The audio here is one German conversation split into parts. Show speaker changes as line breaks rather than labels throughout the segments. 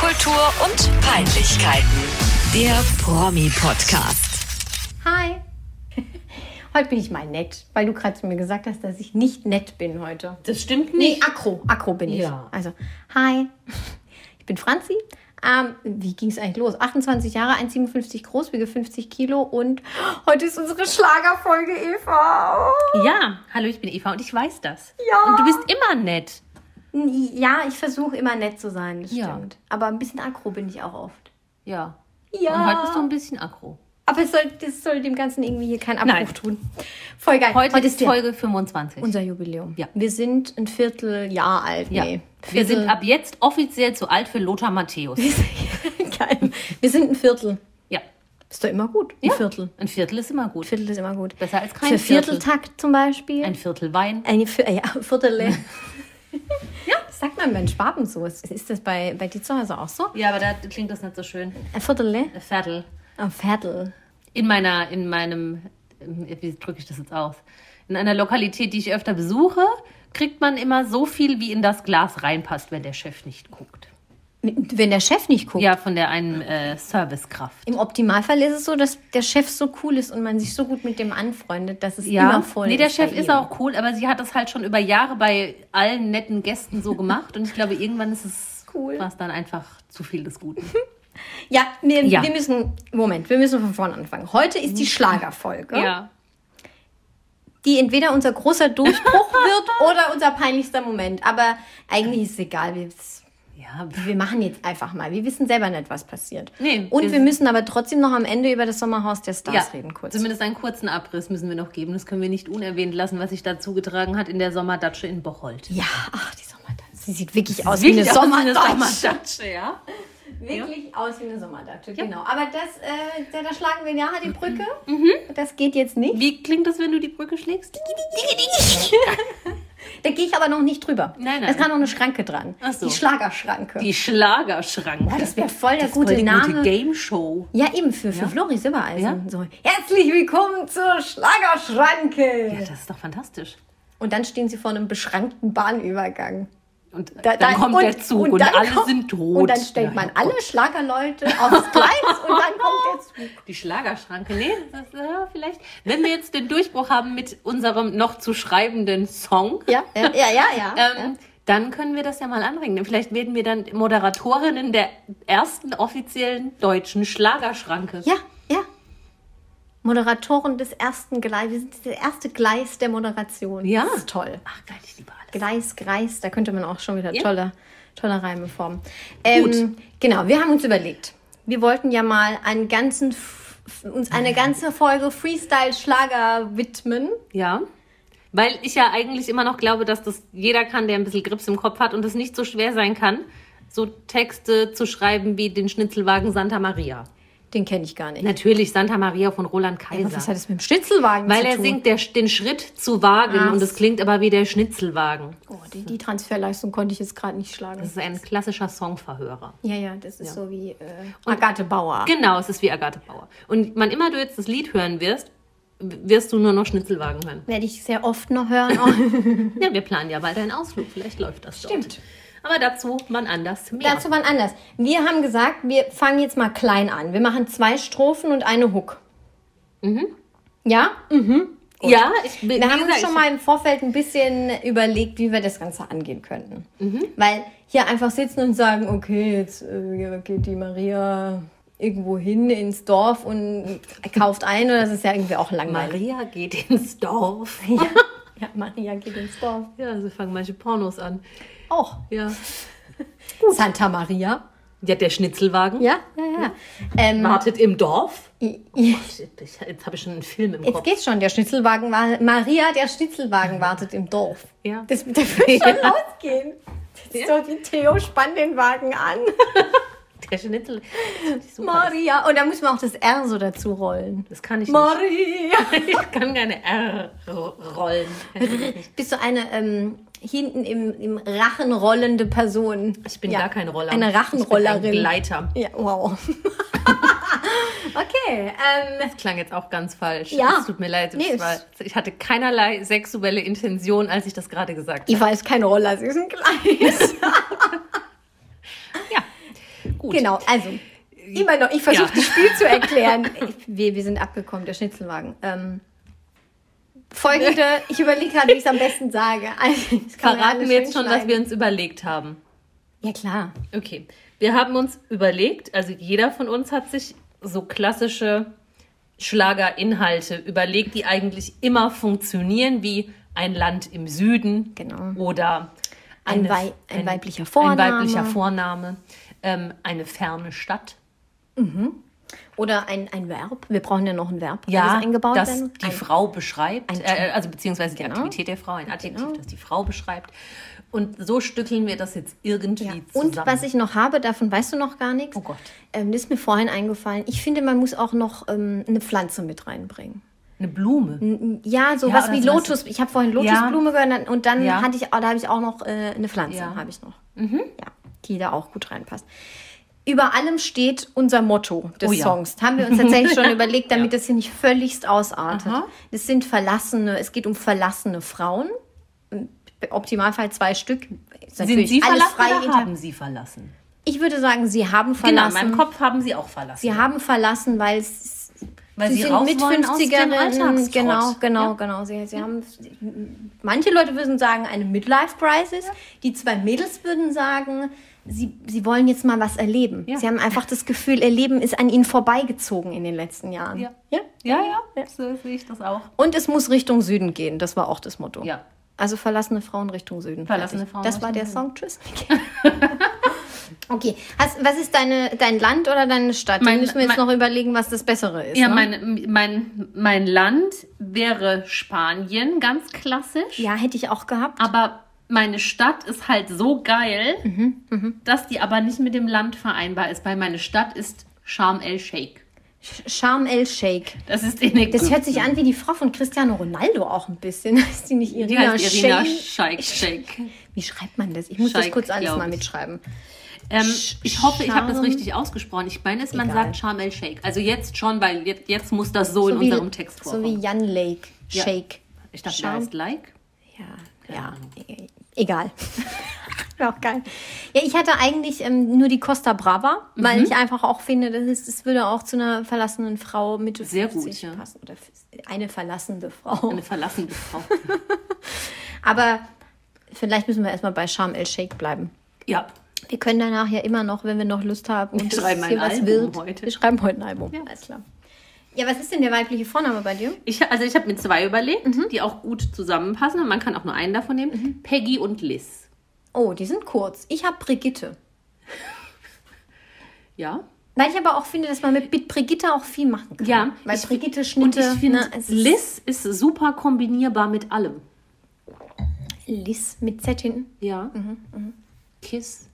Kultur und Peinlichkeiten. Der Promi-Podcast.
Hi. Heute bin ich mal nett, weil du gerade zu mir gesagt hast, dass ich nicht nett bin heute.
Das stimmt
Nee,
nicht.
akro, akro bin ich.
Ja.
Also, hi. Ich bin Franzi. Ähm, wie ging es eigentlich los? 28 Jahre, 1,57 groß, wiege 50 Kilo und heute ist unsere Schlagerfolge, Eva.
Ja, hallo, ich bin Eva und ich weiß das.
Ja.
Und du bist immer nett.
Ja, ich versuche immer nett zu sein, das
Ja.
stimmt. Aber ein bisschen akro bin ich auch oft.
Ja.
Ja.
Und heute bist du ein bisschen aggro.
Aber es soll, das soll dem Ganzen irgendwie hier keinen Abbruch
Nein.
tun. Voll geil.
Heute, ist
der-
Folge 25.
unser Jubiläum.
Ja.
Wir sind ein Vierteljahr alt.
ja.
Nee.
Wir
Viertel-
sind ab jetzt offiziell zu alt für Lothar Matthäus.
Geil. Wir sind ein Viertel.
Ja.
Ist doch immer gut. Ein
ja.
Viertel.
Ein Viertel ist immer gut.
Ein Viertel ist immer gut.
Besser als kein
Für
Viertel.
Vierteltakt zum Beispiel.
Ein Viertel Wein.
Ein Vier- äh, ja, Viertel. ja, das sagt man bei den Schwaben so. Ist- Ist das bei, bei dir zu Hause auch so?
Ja, aber da klingt das nicht so schön.
Ein Viertel?
Ein Viertel.
Ein Viertel.
In meiner, in meinem, wie drücke ich das jetzt aus? In einer Lokalität, die ich öfter besuche, kriegt man immer so viel, wie in das Glas reinpasst, wenn der Chef nicht guckt.
Wenn der Chef nicht guckt.
Ja, von der einen äh, Servicekraft.
Im Optimalfall ist es so, dass der Chef so cool ist und man sich so gut mit dem anfreundet, dass es
Ja,
immer voll
nee, der
ist bei
Chef ist
ihm.
auch cool, aber sie hat das halt schon über Jahre bei allen netten Gästen so gemacht und ich glaube, irgendwann ist es
Cool.
war's dann einfach zu viel des Guten. ne?
Ja wir,
Ja. Mhm.
wir müssen, Moment, wir müssen von vorne anfangen. Heute ist die Schlagerfolge, die entweder unser großer Durchbruch wird oder unser peinlichster Moment. Aber eigentlich ist es egal, wir,
Ja,
wir machen jetzt einfach mal. Wir wissen selber nicht, was passiert.
Nee,
Und wir,
wir-
müssen aber trotzdem noch am Ende über das Sommerhaus der
ja.
Stars reden kurz.
Zumindest einen kurzen Abriss müssen wir noch geben. Das können wir nicht unerwähnt lassen, was sich dazu getragen hat in der Sommerdatsche in Bocholt.
Ja, ach, die Sommerdatsche. Sie sieht wirklich aus wie
Wirklich
eine
aus wie eine
Sommerdatsche.
Sommerdatsche, ja.
Wirklich aus wie eine Sommerdatsche, genau. Aber das, äh, da, da schlagen wir nachher die Brücke.
Mhm.
Das geht jetzt nicht.
Wie klingt das, wenn du die Brücke schlägst?
Da gehe ich aber noch nicht drüber.
Nein, nein.
Da ist gerade noch eine Schranke dran.
Ach so.
Die Schlagerschranke.
Die Schlagerschranke.
das wäre voll der
Voll
gute
die
Name.
gute Game Show.
ja, eben für, für Floris Silbereisen.
Ja.
So, herzlich willkommen zur Schlagerschranke.
Ja, das ist doch fantastisch.
Und dann stehen sie vor einem beschrankten Bahnübergang.
Und
Da- da-
dann kommt der Zug und,
dann
alle
kommt-
sind tot.
Und dann stellt
Ja, oh
man
ja.
alle Schlagerleute aufs Gleis und dann kommt der Zug.
Die Schlagerschranke, nee, das ist äh, vielleicht. Wenn wir jetzt den Durchbruch haben mit unserem noch zu schreibenden Song,
Ja, ja, ja, ja. ja.
ähm, dann können wir das ja mal anregen. Denn Vielleicht werden wir dann Moderatorinnen der ersten offiziellen deutschen Schlagerschranke.
Ja, ja. Moderatoren des ersten Gleis. Wir sind das erste Gleis der Moderation.
Ja.
Das ist toll.
Ach geil, ich liebe alles.
Gleis, Greis, da könnte man auch schon wieder
Ja.
tolle, tolle Reime formen. Ähm, genau, wir haben uns überlegt, wir wollten ja mal einen ganzen, F- F- uns eine ganze Folge Freestyle-Schlager widmen.
Ja. Weil ich ja eigentlich immer noch glaube, dass das jeder kann, der ein bisschen Grips im Kopf hat und es nicht so schwer sein kann, so Texte zu schreiben wie den Schnitzelwagen Santa Maria.
Den kenne ich gar nicht.
Natürlich Santa Maria von Roland Kaiser.
Was hat das mit dem Schnitzelwagen
Weil
zu
er
tun? Ah.
singt der, den Schritt zu wagen
Ach.
und es klingt aber wie der Schnitzelwagen.
Oh, die, die Transferleistung konnte ich jetzt gerade nicht
Das
schlagen.
ist ein klassischer Songverhörer.
Ja, ja, das ist so wie äh, Agathe Bauer.
Genau, es ist wie Agathe Bauer. Und wann immer du jetzt das Lied hören wirst, wirst du nur noch Schnitzelwagen hören.
Werde ich sehr oft noch hören. Oh,
Ja, wir planen ja bald einen Ausflug, vielleicht läuft das
Stimmt.
Dort. Aber dazu man anders mehr.
Dazu waren anders. Wir haben gesagt, wir fangen jetzt mal klein an. Wir machen zwei Strophen und eine Hook. Mhm. Ja?
ja, ich bin
Wir haben uns schon mal im Vorfeld ein bisschen überlegt, wie wir das Ganze angehen könnten.
Mhm.
Weil hier einfach sitzen und sagen, okay, jetzt äh, geht die Maria irgendwo hin ins Dorf und kauft ein, oder das ist ja irgendwie auch langweilig.
Maria geht ins Dorf.
Ja, ja Maria geht ins Dorf.
Ja, sie fangen manche Pornos an.
Auch.
Ja.
Santa Maria.
Ja, der Schnitzelwagen
Ja, ja, ja. Ähm,
wartet im Dorf.
i- i-
Shit, ich, jetzt habe ich schon einen Film im
Jetzt
Kopf.
geht's schon. Der Schnitzelwagen war. Maria, der Schnitzelwagen wartet im Dorf.
Ja.
Das, das wird schon losgehen. Das ist doch die Theo, spann den Wagen an.
Der Schnitzel. Das ist super.
Maria. Und da muss man auch das R so dazu rollen.
Das kann ich nicht.
Maria.
Ich kann keine R rollen.
Bist du eine ähm, hinten im, im Rachen rollende Person?
Ich bin
Ja.
gar kein Roller.
Eine Rachenrollerin.
Ich bin ein Gleiter.
Ja, wow. okay. Ähm,
Das klang jetzt auch ganz falsch.
Ja.
Es tut mir leid.
Nee,
es war, ich hatte keinerlei sexuelle Intention, als ich das gerade gesagt
also Eva ist kein Roller, sie ist ein Gleis.
habe. Ja. Gut.
Genau, also immer noch, ich versuche
Ja.
das Spiel zu erklären. Ich, wir, wir sind abgekommen, der Schnitzelwagen. Ähm, folgende, ich überlege gerade, wie ich es am besten sage. Also, das kann man ja
Verraten
alles
wir jetzt
schön
schon, was
schneiden.
wir uns überlegt haben.
Ja, klar.
Okay, wir haben uns überlegt, also jeder von uns hat sich so klassische Schlagerinhalte überlegt, die eigentlich immer funktionieren, wie ein Land im Süden
Genau.
oder
Ein
eine-
Wei- ein weiblicher Vorname.
ein weiblicher Vorname ähm, eine ferne Stadt.
Oder ein, ein Verb. Wir brauchen ja noch ein Verb, das eingebaut
das
werden.
die
ein,
Frau beschreibt,
ein- Genau.
äh, also beziehungsweise die Aktivität der Frau, ein Adjektiv, das die Frau beschreibt. Und so stückeln wir das jetzt irgendwie
ja.
zusammen.
Und was ich noch habe, davon weißt du noch gar nichts.
Oh Gott.
Ähm, das ist mir vorhin eingefallen. Ich finde, man muss auch noch ähm, eine Pflanze mit reinbringen.
eine Blume.
Ja, sowas
oder
wie
so was-
Lotus. Ich habe vorhin Lotusblume gehört und dann
Ja.
hatte ich, oh, da habe ich auch noch äh, eine Pflanze,
Ja. Mhm.
habe ich noch. Ja, die da auch gut reinpasst. Über allem steht unser Motto des
Oh ja.
Songs. Haben wir uns tatsächlich schon überlegt, damit das hier nicht völligst ausartet.
Aha.
Das sind verlassene, es geht um verlassene Frauen. Im Optimalfall zwei Stück. Ist
Sind
natürlich
Sie
alles
verlassen oder
inter-
haben Sie verlassen?
Ich würde sagen, sie haben
Genau, in
verlassen.
meinem Kopf haben Sie auch verlassen.
Sie haben verlassen, weil es
weil
sie,
Sie
sind
raus
mit
wollen aus dem
50
Alltagstrott.
Genau, genau,
Ja.
genau. Sie, sie haben, manche Leute würden sagen, eine Midlife-Crisis. Die zwei Mädels würden sagen, sie, sie wollen jetzt mal was erleben.
Ja.
Sie haben einfach das Gefühl, ihr Leben ist an ihnen vorbeigezogen in den letzten Jahren.
Ja. Ja, ja, so sehe ich das auch.
Und es muss Richtung Süden gehen. Das war auch das Motto.
Ja.
Also verlassene Frauen Richtung Süden.
Verlassene
Fertig.
Frauen
Das war
Richtung
der Song. Tschüss. okay. Hast, was ist deine, dein Land oder deine Stadt?
Mein-
Dann müssen wir jetzt
mein-
noch überlegen, was das Bessere ist.
Ja,
ne?
mein, mein, mein Land wäre Spanien, ganz klassisch.
ja, hätte ich auch gehabt.
Aber meine Stadt ist halt so geil,
Mhm,
dass die aber nicht mit dem Land vereinbar ist, weil meine Stadt ist Sharm el-Sheikh.
Charm El Shake.
Das ist in Ägypten.
Das hört sich an wie die Frau von Cristiano Ronaldo auch ein bisschen. Heißt die nicht
Die
Irina,
heißt Irina
Shayk?
Sheikh. Sheikh.
Wie schreibt man das? Ich muss das
Shayk,
kurz alles
glaub
mal
ich.
mitschreiben.
Ähm, ich hoffe, ich habe das
Sharm-
richtig ausgesprochen. Ich meine, es man
Egal.
sagt Sharm el-Sheikh. Also jetzt schon, weil jetzt, jetzt muss das so, in unserem Text
so
vorkommen.
wie Jan Lake.
Ja.
Shake.
ich dachte,
Sharm-
da heißt Like.
Ja, ja. e- Egal. Wär auch geil. Ja, ich hatte eigentlich ähm, nur die Costa Brava,
Mhm.
weil ich einfach auch finde, das, ist, das würde auch zu einer verlassenen Frau Mitte
Sehr gut,
50
ja.
passen. Oder f- eine verlassene Frau.
Eine verlassene Frau.
Aber vielleicht müssen wir erstmal bei Charm El Shake bleiben.
ja.
Wir können danach ja immer noch, wenn wir noch Lust haben, und es
schreiben ein
hier was
Album
wird.
heute.
Wir schreiben heute ein Album. Ja, alles klar. Ja, was ist denn der weibliche Vorname bei dir?
Ich, also ich habe mir zwei überlegt,
Mhm.
die auch gut zusammenpassen. Und man kann auch nur einen davon nehmen. Peggy und Liz.
Oh, die sind kurz. Ich habe Brigitte.
Ja.
Weil ich aber auch finde, dass man mit Bit Brigitte auch viel machen kann.
Ja,
Weil
ich-
Brigitte
Und
Schnitte.
ich finde,
ne, es ist-
Liz ist super kombinierbar mit allem.
Liz mit Z hinten.
Ja.
Mhm,
Kiss.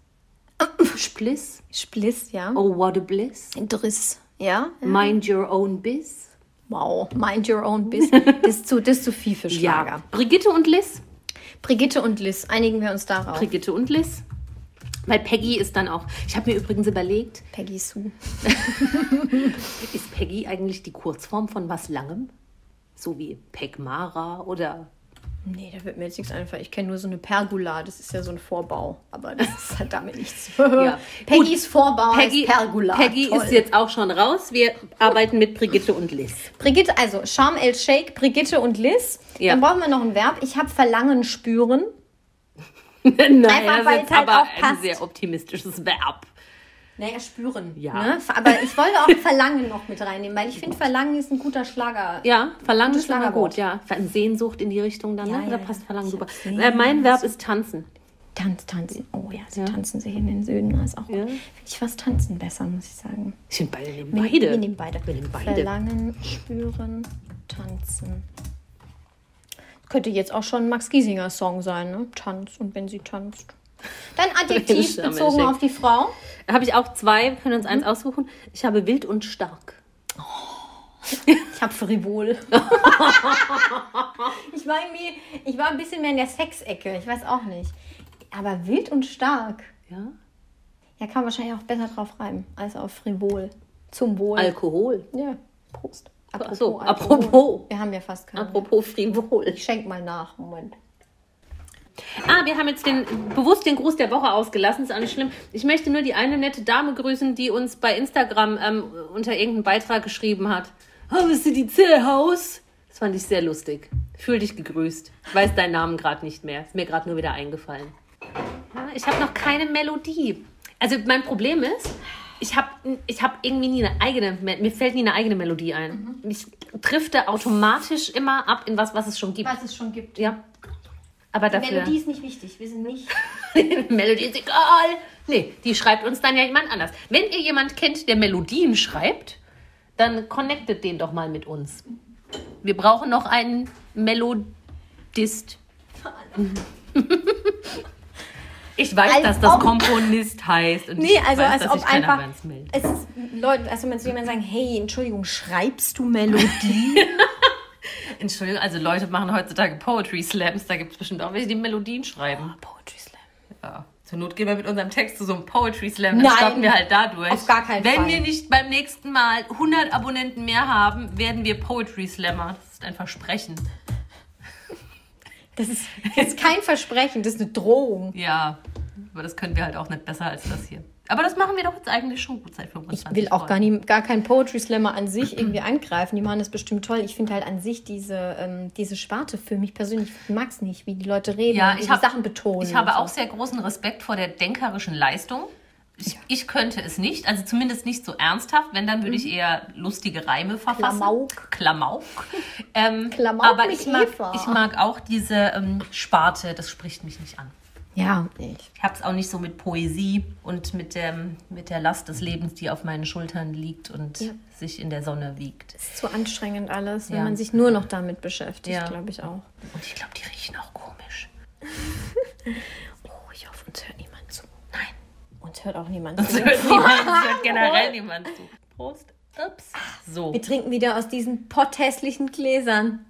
Spliss.
Spliss, ja.
Oh, what a bliss.
Driss, ja.
Mind your own biz.
Wow. Mind your own business. Das ist zu, das ist zu viel für Schlager.
Brigitte und Liz.
Brigitte und Liz, einigen wir uns darauf.
Brigitte und Liz. Weil Peggy ist dann auch. Ich habe mir übrigens überlegt,
Peggy Sue.
ist Peggy eigentlich die Kurzform von was Langem? So wie Pegmara oder.
Nee, da wird mir jetzt nichts einfallen. Ich kenne nur so eine Pergola. Das ist ja so ein Vorbau. Aber das ist halt damit nichts. Peggys Vorbau
Peggy,
Oh, ist Pergola.
Peggy
Toll.
ist jetzt auch schon raus. Wir arbeiten mit Brigitte und Liz.
Brigitte, also Charm El Shake, Brigitte und Liz.
Ja.
Dann brauchen wir noch ein Verb. Ich habe Verlangen spüren.
Nein,
Einfach,
das
weil
ist
es halt
aber
auch passt.
ein sehr optimistisches Verb.
Naja, spüren.
Ja.
Ne? Aber ich wollte auch Verlangen noch mit reinnehmen, weil ich finde, Verlangen ist ein guter Schlager.
Ja, Verlangen
Gutes
ist immer
Schlagerwort.
gut, ja. Ver- Sehnsucht in die Richtung dann,
Ja,
ne?
ja,
da
ja.
passt Verlangen super.
Sehnsucht.
Äh, mein Verb ist tanzen.
Tanz, tanzen. Oh ja, sie tanzen sich in den Süden. Das ist auch gut. Finde ich was tanzen besser, muss ich sagen.
Ich finde beide nehmen
Wir-
beide.
Wir nehmen beide.
Wir nehmen beide.
Verlangen, spüren, tanzen. Könnte jetzt auch schon ein Max Giesinger Song sein, ne? Tanz und wenn sie tanzt. Dann Adjektiv
Scham,
bezogen
Mensch.
auf die Frau.
Habe ich auch zwei, wir können uns
Mhm.
eins aussuchen. Ich habe wild und stark.
Ich habe frivol. ich, war irgendwie, ich war ein bisschen mehr in der Sexecke, ich weiß auch nicht. Aber wild und stark.
Ja?
Ja, kann man wahrscheinlich auch besser drauf reimen als auf frivol. Zum Wohl.
Alkohol.
ja, Prost.
Ach so,
Alkohol.
apropos.
Ah. Wir haben ja fast keinen.
Apropos frivol.
Ich schenk mal nach, Moment.
Ah, wir haben jetzt den, bewusst den Gruß der Woche ausgelassen, ist auch nicht schlimm. Ich möchte nur die eine nette Dame grüßen, die uns bei Instagram ähm, unter irgendeinem Beitrag geschrieben hat. Oh, bist du die Zellhaus? Das fand ich sehr lustig. Fühl dich gegrüßt. Weiß deinen Namen gerade nicht mehr. Ist mir gerade nur wieder eingefallen. Ja, ich habe noch keine Melodie. Also mein Problem ist, ich habe ich hab irgendwie nie eine eigene, Me- mir fällt nie eine eigene Melodie ein.
Mhm.
Ich drifte automatisch immer ab in was, was es schon gibt.
was es schon gibt.
Ja. Aber dafür.
Melodie ist nicht wichtig. Wir sind nicht.
Melodie ist egal. Nee, die schreibt uns dann ja jemand anders. Wenn ihr jemand kennt, der Melodien schreibt, dann connectet den doch mal mit uns. Wir brauchen noch einen Melodist. Ich weiß,
Als
dass das
ob-
Komponist heißt. Und
Nee,
ich
also
weiß,
als
dass
ob
sich keiner
einfach.
bei uns meldet.
Es ist, Leute, also wenn zu jemandem sagen, hey, Entschuldigung, schreibst du Melodie?
Entschuldigung, also Leute machen heutzutage Poetry Slams. Da gibt es bestimmt auch welche, die Melodien schreiben.
Oh, Poetry Slam.
Ja. Zur Not gehen wir mit unserem Text zu so einem Poetry Slam, dann
Nein,
starten wir halt dadurch.
auf gar keinen
Wenn
Fall.
wir nicht beim nächsten Mal 100 Abonnenten mehr haben, werden wir Poetry Slammer. Das ist ein Versprechen.
Das ist, das ist kein Versprechen, das ist eine Drohung.
Ja, aber das können wir halt auch nicht besser als das hier. Aber das machen wir doch jetzt eigentlich schon gut seit
Ich
25
will auch gar,
Folgen.
nie, gar keinen Poetry Slammer an sich irgendwie angreifen. Die machen das bestimmt toll. Ich finde halt an sich diese, ähm, diese Sparte für mich persönlich, ich mag es nicht, wie die Leute reden,
Ja,
und wie
ich
die
hab-
Sachen betonen.
Ich habe
und so.
auch sehr großen Respekt vor der denkerischen Leistung. Ich, ich könnte es nicht, also zumindest nicht so ernsthaft. Wenn, dann würde ich eher lustige Reime verfassen.
Mhm. Klamauk.
Klamauk. Ähm,
Klamauk
aber
mit
ich mag,
Eva.
ich mag auch diese ähm, Sparte, das spricht mich nicht an.
Ja, ich.
Ich habe es auch nicht so mit Poesie und mit, dem, mit der Last des Lebens, die auf meinen Schultern liegt und
Ja.
sich in der Sonne wiegt.
Es ist zu anstrengend alles, wenn
Ja.
man sich nur noch damit beschäftigt,
Ja.
glaube ich auch.
Und ich glaube, die riechen auch komisch.
Oh, ich hoffe, uns hört niemand zu.
Nein.
Uns hört auch niemand
Das
zu.
hört niemand, Also, das hört generell niemand zu. Prost. Ups. So.
Wir trinken wieder aus diesen potthässlichen Gläsern.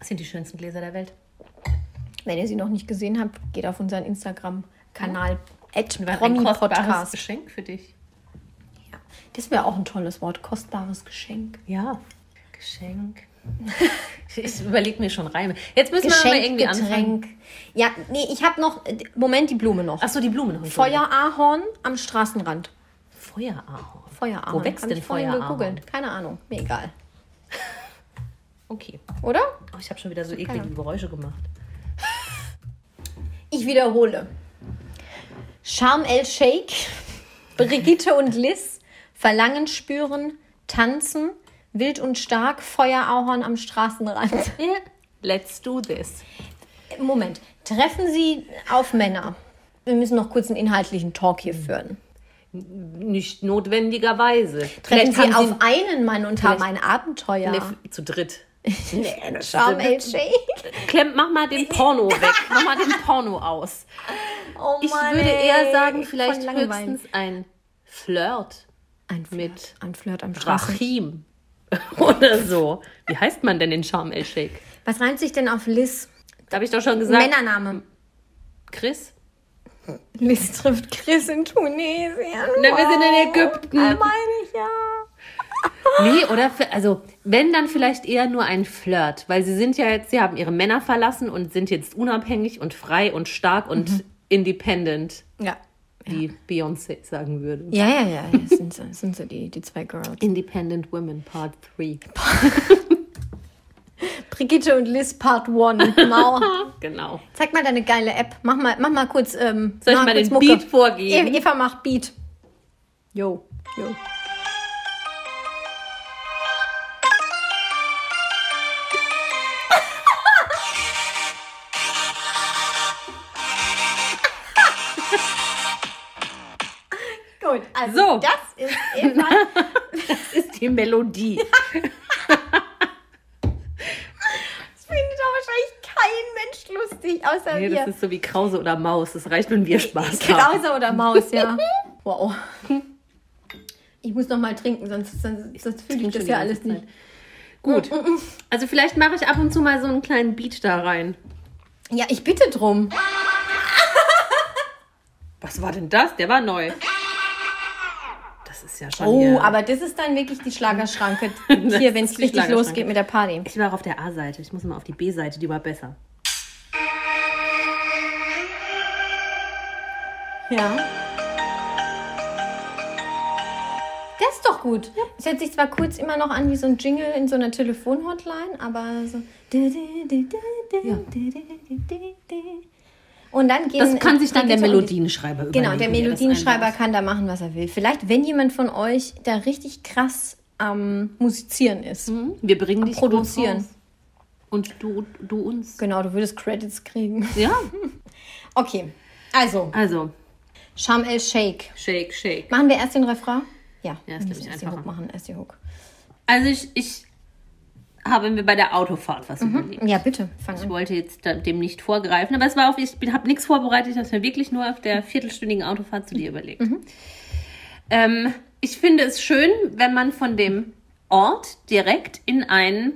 Das sind die schönsten Gläser der Welt.
Wenn ihr sie noch nicht gesehen habt, geht auf unseren Instagram-Kanal.
Ein kostbares
Promi-Podcast.
Geschenk für dich.
Ja. Das wäre auch ein tolles Wort. Kostbares Geschenk.
Ja. Geschenk. Ich überlege mir schon Reime. Jetzt müssen wir aber
Geschenk,
irgendwie anfangen.
Getränk. Ja, nee, ich habe noch. äh, Moment, die Blume noch.
Achso, die Blumen heute.
Feuerahorn am Straßenrand.
Feuerahorn.
Feuerahorn.
Wo wächst
Hab
denn
ich vorhin
Feuerahorn?
gegoogelt. Keine Ahnung. Mir egal.
Okay.
Oder?
Oh, ich habe schon wieder so eklige
Ahnung.
Geräusche gemacht.
Ich wiederhole. Charm El Shake, Brigitte und Liz, Verlangen spüren, tanzen, wild und stark, Feuerahorn am Straßenrand.
Let's do this.
Moment, treffen Sie auf Männer. Wir müssen noch kurz einen inhaltlichen Talk hier führen.
Nicht notwendigerweise.
Treffen
Vielleicht haben
Sie auf einen Mann und haben ein Abenteuer.
Nee, f- zu dritt.
Nee, das Charm El Shake.
Klemm, mach mal den Porno weg. Mach mal den Porno aus.
Oh
Ich
Mann,
würde
ey.
eher sagen,
Ich
vielleicht
voll langweilig.
höchstens ein Flirt
ein Flirt,
mit
ein Flirt am Straßen.
Rachim oder so. Wie heißt man denn den Charm El Sheikh?
Was reimt sich denn auf Liz?
Da habe ich doch schon gesagt.
Männername.
Chris?
Liz trifft Chris in Tunesien.
Na, wir sind in Ägypten.
Ah, meine ich ja.
Nee, oder? Für, also, wenn, dann vielleicht eher nur ein Flirt. Weil sie sind ja jetzt, sie haben ihre Männer verlassen und sind jetzt unabhängig und frei und stark und independent,
Ja.
wie Beyoncé sagen würde.
Ja, ja, ja, ja, sind sie, sind sie die, die zwei Girls.
Independent Women Part 3.
Brigitte und Liz Part 1. Mau.
Genau.
Zeig mal deine geile App. Mach mal, mach mal kurz. Ähm,
Soll ich
mach
mal
kurz
den Beat vorgeben?
E- Eva macht Beat.
Yo.
Jo. Gut, also
So.
das ist Eva.
Ist die Melodie.
findet doch wahrscheinlich kein Mensch lustig, außer
Nee, das
wir.
ist so wie Krause oder Maus. Das reicht, wenn wir Spaß haben.
Krause oder Maus, ja. wow. Ich muss noch mal trinken, sonst, sonst, sonst fühle ich
trinke
das
schon
ja
die
alles
ganze
nicht.
Gut. Also vielleicht mache ich ab und zu mal so einen kleinen Beat da rein.
Ja, ich bitte drum.
Was war denn das? Der war neu. Das ist ja schon.
Oh,
hier-
aber das ist dann wirklich die Schlagerschranke hier, wenn
ist
es
die
richtig
Schlagerschranke.
losgeht mit der Party.
Ich war auf der A-Seite. Ich muss mal auf die B-Seite, die war besser.
Ja. Das ist doch gut. Es hört sich zwar kurz immer noch an wie so ein Jingle in so einer Telefonhotline, aber so. Und dann gehen
Das kann sich dann der
praktisch auch die-
Melodienschreiber überlegen.
Genau, der
wie er das
Melodienschreiber
einbaut.
kann da machen, was er will. Vielleicht, wenn jemand von euch da richtig krass am Musizieren ist.
Wir bringen dich
produzieren.
groß raus. Und du, du uns.
Genau, du würdest Credits kriegen.
Ja,
Okay, also,
also,
Sham El Shake.
shake, shake.
Machen wir erst den Refrain? Ja, wir
Ja, ist, glaub
müssen
ich,
erst die Hook
einfacher.
machen, erst die Hook.
Also ich, ich habe mir bei der Autofahrt was überlegt.
Ja, bitte, fang
Ich
an.
wollte jetzt da- dem nicht vorgreifen, aber es war auf, ich habe nichts vorbereitet, ich habe es mir wirklich nur auf der viertelstündigen Autofahrt zu dir überlegt.
Mhm.
Ähm, ich finde es schön, wenn man von dem Ort direkt in einen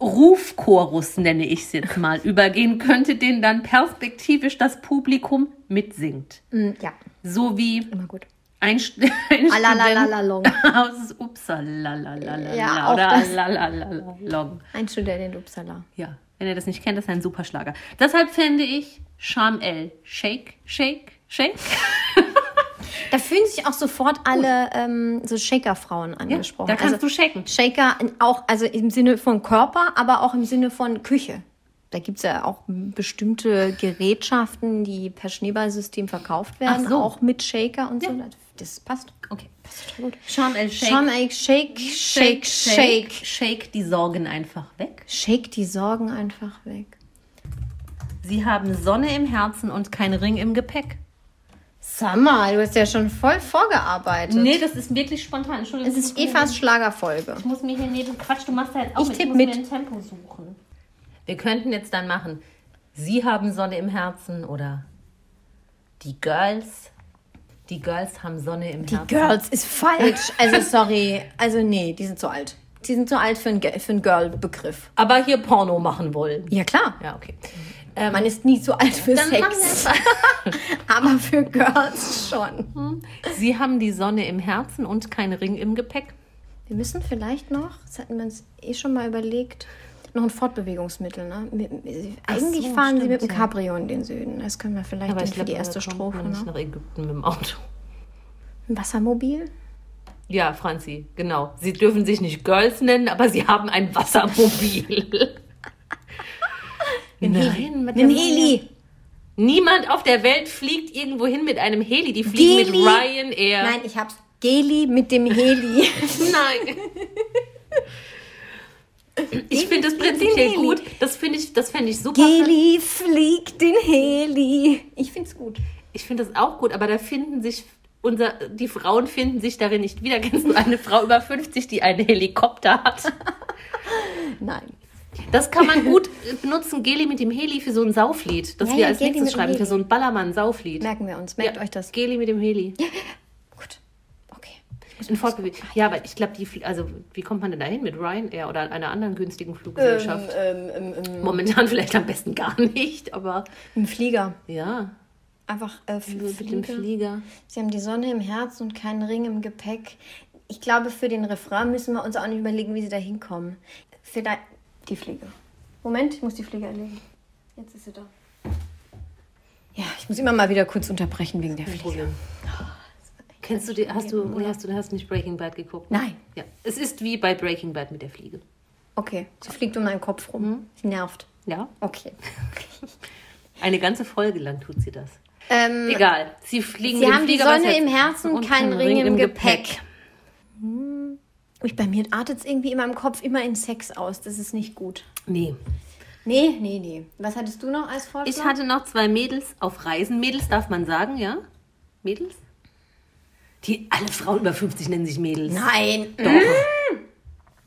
Rufchorus, nenne ich es jetzt mal, übergehen könnte, den dann perspektivisch das Publikum mitsingt.
Mm, Ja,
So wie
immer gut.
ein, St- ein Student
Alalalalong.
aus Uppsala
Ja, auch
oder
das.
Alalalalong.
Ein Student in Uppsala.
Ja, wenn ihr das nicht kennt, das ist ein Superschlager. Deshalb fände ich Sham El Shake, Shake, Shake.
Da fühlen sich auch sofort alle ähm, so Shaker-Frauen angesprochen.
da kannst
also,
du shaken.
Shaker in- auch, also im Sinne von Körper, aber auch im Sinne von Küche. Da gibt es ja auch bestimmte Gerätschaften, die per Schneeballsystem verkauft werden,
Ach so.
auch mit Shaker und so. Das passt.
Okay.
Passt gut.
Sham El Shake.
Sham Shake, shake, shake, shake.
Shake, shake die Sorgen einfach weg.
Shake die Sorgen einfach weg.
Sie haben Sonne im Herzen und kein Ring im Gepäck.
Summer, du hast ja schon voll vorgearbeitet.
Nee, das ist wirklich spontan. Entschuldigung.
Es ist Evas Schlagerfolge.
Ich muss mir hier neben. Quatsch, du machst da jetzt auch
Ich
mit.
tipp
ich muss
mit.
mir ein Tempo suchen. Wir könnten jetzt dann machen, Sie haben Sonne im Herzen oder die Girls. Die Girls haben Sonne im
Die
Herzen.
Girls ist falsch. Also sorry. Also nee, die sind zu alt. Die sind zu alt für einen, Ge- für einen Girl-Begriff.
aber hier Porno machen wollen.
Ja klar.
Ja, okay.
Äh, Man ist nie zu alt für
Dann machen wir
Sex. Aber für Girls schon.
Sie haben die Sonne im Herzen und keinen Ring im Gepäck.
Wir müssen vielleicht noch, das hatten wir uns eh schon mal überlegt, noch ein Fortbewegungsmittel. Ne? Mit- Eigentlich
so,
fahren sie
stimmt,
mit dem
ja.
Cabrio in den Süden. Das können wir vielleicht dann für die erste Strophe.
nicht
Ne?
nach Ägypten mit dem Auto.
Ein Wassermobil?
Ja, Franzi, genau. Sie dürfen sich nicht Girls nennen, aber sie haben ein Wassermobil. Nein,
Ein
mit dem-
Heli.
Niemand auf der Welt fliegt irgendwo hin mit einem Heli. Die fliegen
Geli.
mit Ryanair.
Nein, ich hab's. Geli mit dem Heli.
Nein. Ich finde das prinzipiell
Heli.
gut. Das finde ich, das fände ich super.
Geli fliegt den Heli. Ich find's gut.
Ich finde das auch gut, aber da finden sich unser, die Frauen finden sich darin nicht wieder. Kennst du eine Frau über 50, die einen Helikopter hat?
Nein.
Das kann man gut äh, benutzen, Geli mit dem Heli für so ein Sauflied, das
Ja,
wir
ja,
als
Geli mit
nächstes
dem
schreiben,
Heli.
für so ein Ballermann-Sauflied.
Merken wir uns. Merkt euch das.
Geli mit dem Heli.
Gut. Okay.
Ein Fortbewe- ja, aber ich glaube, die, flie- also wie kommt man denn dahin mit Ryanair oder einer anderen günstigen
Ähm,
Fluggesellschaft? Momentan vielleicht am besten gar nicht, aber
Ein Flieger.
ja,
Einfach äh, Fl-
nur mit dem
Flieger.
Flieger.
Sie haben die Sonne im Herzen und keinen Ring im Gepäck. Ich glaube, für den Refrain müssen wir uns auch nicht überlegen, wie sie da hinkommen. Vielleicht die Fliege. Moment, ich muss die Fliege erlegen. Jetzt ist sie da. Ja, ich muss immer mal wieder kurz unterbrechen wegen der Fliege.
Kennst du die, hast du, nee, hast du, hast du nicht Breaking Bad geguckt? ne?
Nein.
Ja, es ist wie bei Breaking Bad mit der Fliege.
Okay, sie fliegt um meinen Kopf rum.
Mhm.
Sie nervt.
Ja,
Okay.
eine ganze Folge lang tut sie das.
Ähm,
Egal, sie fliegen
Sie
mit dem
haben die
Flieger, aber es
Sonne
hat-
im Herzen und keinen Ring im Gepäck. Ich, bei mir artet es irgendwie in meinem Kopf immer in Sex aus. Das ist nicht gut.
Nee.
Nee, nee, nee. Was hattest du noch als Vorschlag?
Ich hatte noch zwei Mädels auf Reisen. Mädels darf man sagen, ja? Mädels? Die alle Frauen über 50 nennen sich Mädels.
Nein.
Doch.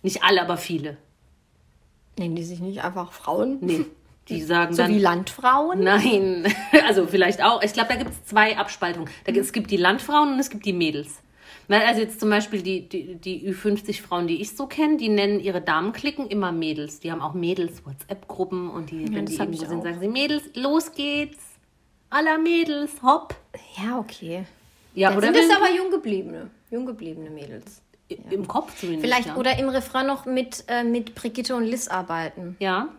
Nicht alle, aber viele.
Nennen die sich nicht einfach Frauen?
Nee. Die sagen
So
dann.
wie Landfrauen?
Nein, also vielleicht auch. Ich glaube, da gibt es zwei Abspaltungen. Da, gibt- es gibt die Landfrauen und es gibt die Mädels. Weil also jetzt zum Beispiel die, die, die Ü50-Frauen, die ich so kenne, die nennen ihre Damenklicken immer Mädels. Die haben auch Mädels-WhatsApp-Gruppen und die, wenn
das
die
hab ich
irgendwo sind,
auch.
sagen sie, Mädels, los geht's. Aller Mädels, hopp.
Ja, okay.
Ja,
Dann
oder
sind es
wenn-
aber junggebliebene. Junggebliebene Mädels.
im Kopf zumindest.
Vielleicht
ja.
oder im Refrain noch mit, äh, mit Brigitte und Liz arbeiten.
Ja,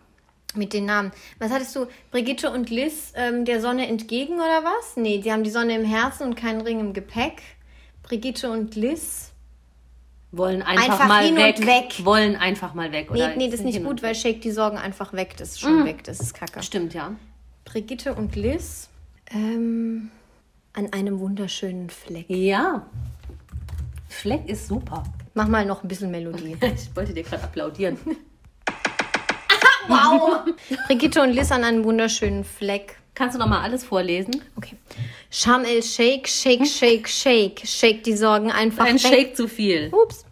Mit den Namen. Was hattest du? Brigitte und Liz ähm, der Sonne entgegen oder was? Nee, die haben die Sonne im Herzen und keinen Ring im Gepäck. Brigitte und Liz.
Wollen einfach,
Einfach
mal
hin und
weg.
weg.
Wollen einfach mal weg.
Nee,
oder Genau.
nee das ist
sind
nicht
hin
gut,
und-
weil Shake die Sorgen einfach weg. Das ist schon weg. Das ist kacke.
Stimmt, ja.
Mhm. Brigitte und Liz. Ähm, an einem wunderschönen Fleck.
Ja. Fleck ist super.
Mach mal noch ein bisschen Melodie.
Ich wollte dir gerade applaudieren.
Brigitte und Liz an einem wunderschönen Fleck.
Kannst du noch mal alles vorlesen?
Okay. Sham el Shake, Shake, Shake, Shake. Shake die Sorgen einfach
Ein
weg.
Shake zu viel.
Ups.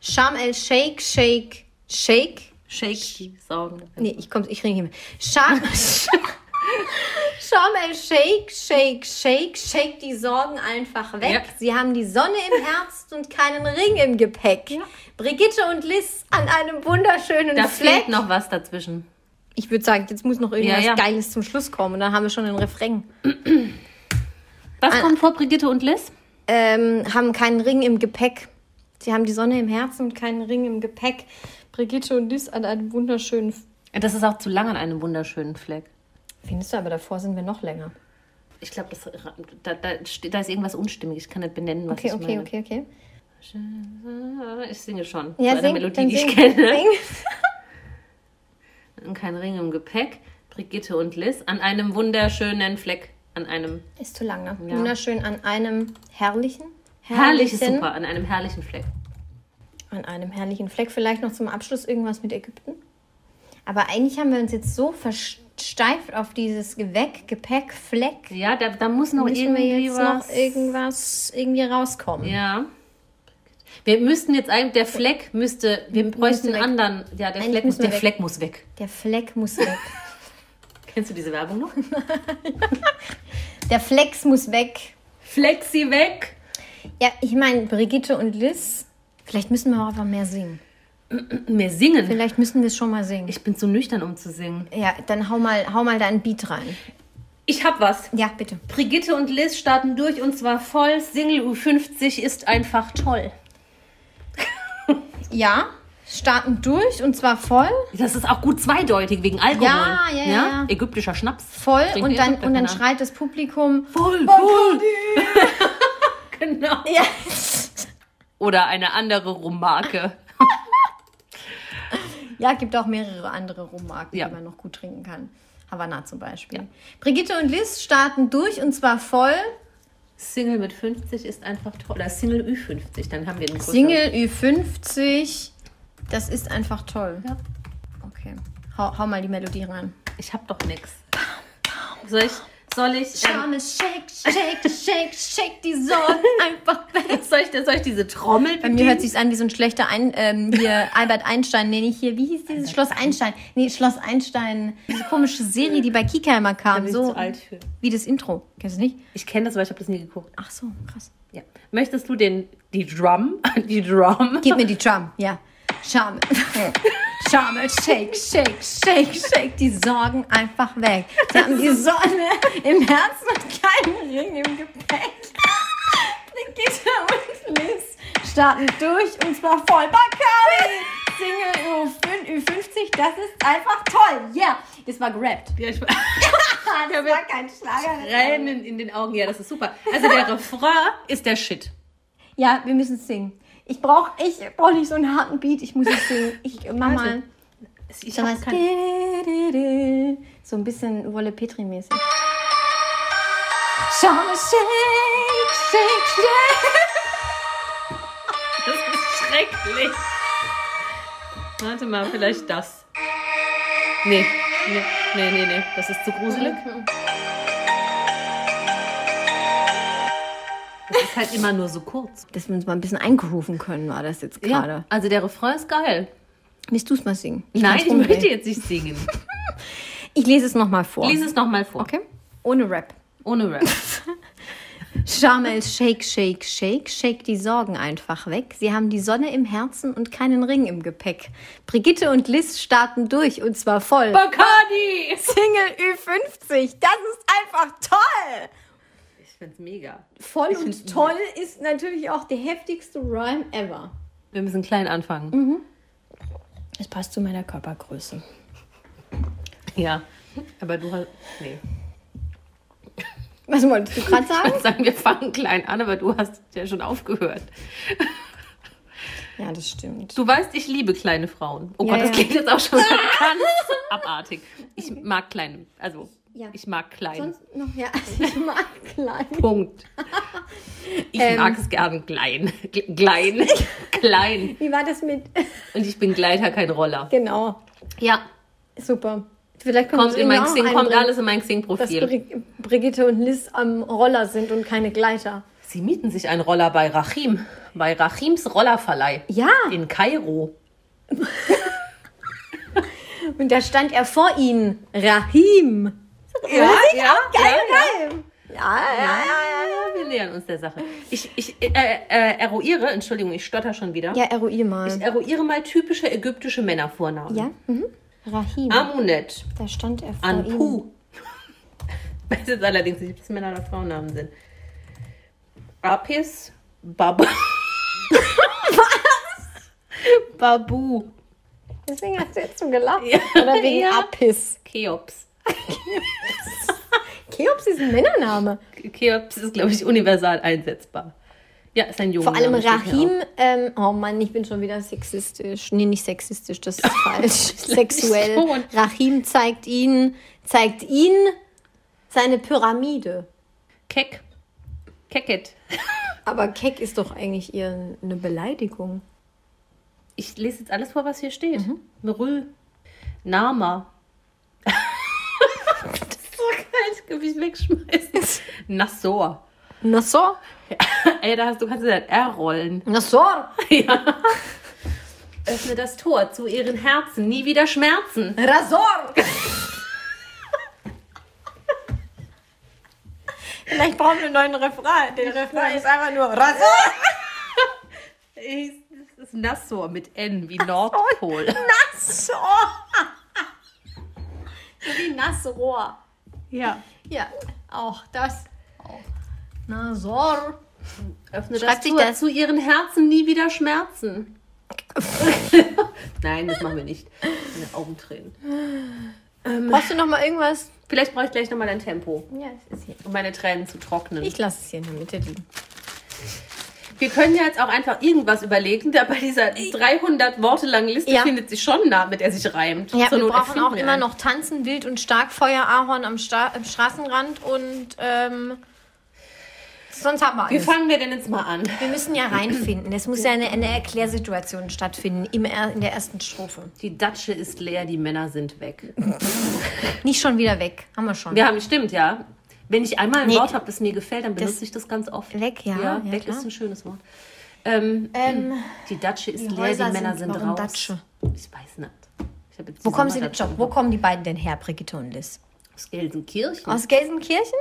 Sham el Shake, Shake, Shake.
Shake, Sorgen.
Nee, ich komm, ich ringe hier mit. Scham, Scham el Shake, Shake, Shake, Shake die Sorgen einfach weg.
Ja.
Sie haben die Sonne im Herzen und keinen Ring im Gepäck. Brigitte und Liz an einem wunderschönen
Da
Fleck.
fehlt noch was dazwischen.
Ich würde sagen, jetzt muss noch irgendwas
Ja, ja.
Geiles zum Schluss kommen und dann haben wir schon den Refrain.
Was kommt vor Brigitte und Liz?
Ähm, haben keinen Ring im Gepäck. Sie haben die Sonne im Herzen und keinen Ring im Gepäck. Brigitte und Liz an einem wunderschönen. F
Das ist auch zu lang an einem wunderschönen Fleck.
Findest du aber davor sind wir noch länger.
Ich glaube, das- da, da, steht- da ist irgendwas unstimmig. Ich kann nicht benennen, was
Okay,
ich
okay,
meine.
okay, okay.
okay. Ich singe schon.
Ja, sing,
zu einer Melodie,
dann
die ich
sing,
kenne.
Sing.
Und kein Ring im Gepäck. Brigitte und Liz an einem wunderschönen Fleck. An einem
Ist zu lang, ne?
Ja.
Wunderschön an einem herrlichen,
herrlichen, super, an einem herrlichen Fleck.
an einem herrlichen Fleck. Vielleicht noch zum Abschluss irgendwas mit Ägypten. Aber eigentlich haben wir uns jetzt so versteift auf dieses Geweck, Gepäck, Fleck.
Ja, da, da muss noch
Müssen
irgendwie
wir jetzt
was.
noch irgendwas irgendwie rauskommen.
ja. Wir müssten jetzt eigentlich, der Fleck müsste, wir bräuchten
weg.
einen anderen. Ja, der,
Eigentlich
Fleck muss,
müssen wir
der
weg.
Fleck muss weg.
Der Fleck muss weg.
Kennst du diese Werbung noch?
Der Flex muss weg.
Flexi weg!
Ja, ich meine, Brigitte und Liz, vielleicht müssen wir auch einfach mehr singen.
Mehr singen.
Vielleicht müssen wir es schon mal singen.
Ich bin zu nüchtern, um zu singen.
ja, dann hau mal, hau mal da ein Beat rein.
Ich hab was.
Ja, bitte.
Brigitte und Liz starten durch und zwar voll. Single U50 ist einfach toll.
Ja, starten durch und zwar voll,
Das ist auch gut zweideutig wegen Alkohol.
Ja, ja, ja, ja.
Ägyptischer Schnaps.
voll
Trinkt
und
ihr
dann,
Ägypter,
und dann
keine
schreit das Publikum.
Voll, voll. genau.
Ja.
Oder eine andere Rummarke.
ja, gibt auch mehrere andere Rummarken,
Ja.
die man noch gut trinken kann. Havanna zum Beispiel. Brigitte und Liz starten durch und zwar voll.
Single mit 50 ist einfach toll. Oder Single Ü50, dann haben wir den größeren.
Single Ü50. Das ist einfach toll.
Ja.
Okay. Hau, hau mal die Melodie rein.
Ich hab doch nix. Soll ich, soll ich, ähm,
Schame, shake, shake, shake, shake die Sorgen einfach weg.
soll ich, soll ich diese Trommel
Bei mir hört sich's an wie so ein schlechter Ein ähm, hier Albert Einstein, nee, nicht hier, wie hieß dieses Schloss Einstein? Nee, Schloss Einstein, diese komische Serie, die bei Kika immer kam,
ich
so
zu alt für.
wie das Intro. Kennst du nicht?
Ich kenne das, aber ich habe das nie geguckt.
Ach so, krass.
Ja. Möchtest du den, die Drum, die Drum?
Gib mir die Drum, ja. Schame. Schame, shake, shake, shake, shake die Sorgen einfach weg. Sie haben die Sonne im Herzen und keinen Ring im Gepäck. Brigitte und Liz starten durch und zwar voll Bacardi. Single Ü50, das ist einfach toll. Ja, yeah. das war gerappt.
Ja, ich
Das war kein Schlager.
Tränen in den Augen. Ja, das ist super. Also der Refrain ist der Shit.
Ja, wir müssen singen. Ich brauche ich brauch nicht so einen harten Beat, ich muss es singen. Ich mach mal.
Also, Ich
So
hab
was.
kein-
So ein bisschen Wolle Petri-mäßig. Schau mal, shake, shake, shake.
Das ist schrecklich. Warte mal, vielleicht das. Nee, nee, nee, nee, nee. Das ist zu gruselig. Das ist halt immer nur so kurz.
Dass wir uns mal ein bisschen eingerufen können, war das jetzt gerade.
Ja, also der Refrain ist geil.
Willst du es mal singen?
Nein,
kann's
ich
rumdrehen.
möchte jetzt nicht singen.
Ich lese es nochmal vor.
Lies es nochmal vor.
Okay? Ohne Rap.
Ohne Rap.
Charmel, shake, shake, shake, shake die Sorgen einfach weg. Sie haben die Sonne im Herzen und keinen Ring im Gepäck. Brigitte und Liz starten durch und zwar voll.
Bacardi!
Single Ü50. Das ist einfach toll.
Ich find's mega.
Voll und toll ist natürlich auch der heftigste Rhyme ever.
Wir Mhm. müssen klein anfangen.
Es passt zu meiner Körpergröße.
Ja, aber du hast. Nee.
Was wolltest du gerade
Ich
sagen?
würde sagen, wir fangen klein an, aber du hast ja schon aufgehört.
Ja, das stimmt.
Du weißt, ich liebe kleine Frauen. Oh
Ja,
Gott, das
ja.
klingt jetzt auch schon ganz abartig. Ich mag kleine, also
Ja.
ich mag klein.
Sonst noch, ja, ich mag klein.
Punkt. Ich
Ähm.
mag es gern klein. G- Klein. klein.
Wie war das mit.
Und ich bin Gleiter, kein Roller.
Genau,
Ja,
super. Vielleicht können wir
kommt in mein
auch
Xing, kommt
einbringen,
alles in mein
Dass
Xing-Profil.
Bri Brigitte und Liz am Roller sind und keine Gleiter.
Sie mieten sich einen Roller bei Rachim, bei Rachims Rollerverleih
Ja,
in Kairo.
und da stand er vor ihnen. Rahim. Ja,
Ja,
geil, geil. Ja, ja, ja, ja.
Ah, wir nähern uns der Sache. Ich, ich äh, äh, eruiere, Entschuldigung, ich stotter schon wieder.
Ja, eruier mal.
Ich eruiere mal typische ägyptische Männervornamen.
ja, mhm. Rahim.
Amunet,
Da stand er vor ihnen.
Anpu. Ich weiß jetzt allerdings nicht, ob das Männer- oder Frauennamen sind. Apis, Baba. Was? Babu,
Deswegen hast du jetzt so gelacht. Oder wegen
Ja.
Apis.
Cheops.
Cheops ist ein Männername.
Cheops ist, glaube ich, universal einsetzbar. Ja, ist ein Junge.
Vor allem Rahim, ähm, oh Mann, ich bin schon wieder sexistisch. Nee, nicht sexistisch, das ist falsch. Sexuell.
schon.
Rahim zeigt ihn, zeigt ihn seine Pyramide.
Keck. Kecket.
Aber keck ist doch eigentlich eher eine Beleidigung.
Ich lese jetzt alles vor, was hier steht. Merül. Nama. das ist so geil, das kann ich wegschmeißen. Nassor.
Nassor?
Ey, da hast du kannst du dein R rollen.
Nassor!
Öffne das Tor zu ihren Herzen, nie wieder Schmerzen.
Rasor! Vielleicht brauchen wir einen neuen Refrain. Der Refrain ist einfach nur Rasor!
Ich- Das ist Nassor mit N wie Nordpol.
Nassor! so wie Nassrohr.
Ja.
Ja, auch das. Nasor.
Öffne
Schreibt
das
sich
Tor
das-
zu ihren Herzen, nie wieder Schmerzen. Nein, das machen wir nicht. Meine Augen tränen.
Brauchst du noch mal irgendwas?
Vielleicht brauche ich gleich nochmal ein Tempo,
Ja, es ist hier.
um meine Tränen zu trocknen.
Ich lasse es hier in der Mitte liegen.
Wir können ja jetzt auch einfach irgendwas überlegen, da bei dieser 300 Worte langen Liste
Ja.
findet sich schon ein Name, der sich reimt.
Ja, wir
Zur Not
brauchen
erfinden
auch
wir
immer
einen.
noch Tanzen, Wild und Starkfeuer, Ahorn am, Sta am Straßenrand und ähm, sonst haben wir
Wie
alles. Wir,
fangen wir denn jetzt mal an?
müssen ja reinfinden. Es muss ja eine, eine Erklärsituation stattfinden im, er- in der ersten Strophe.
Die Datsche ist leer, die Männer sind weg.
Nicht schon wieder weg. Haben wir schon.
Wir haben, stimmt, ja. Wenn ich einmal ein
Nee.
Wort habe, das mir gefällt, dann benutze
Das-
ich das ganz oft.
Weg, ja, ja,
weg
klar.
ist ein schönes Wort. Ähm,
Ähm,
die Datsche ist
die
leer,
Häuser
die Männer
sind-
sind,
warum
raus.
Datsche?
Ich weiß nicht. Ich hab jetzt
Wo
die
kommen sie denn,
Sommerdatsche
Job? Wo kommen die beiden denn her, Brigitte und Liz?
Aus Gelsenkirchen?
Aus Gelsenkirchen?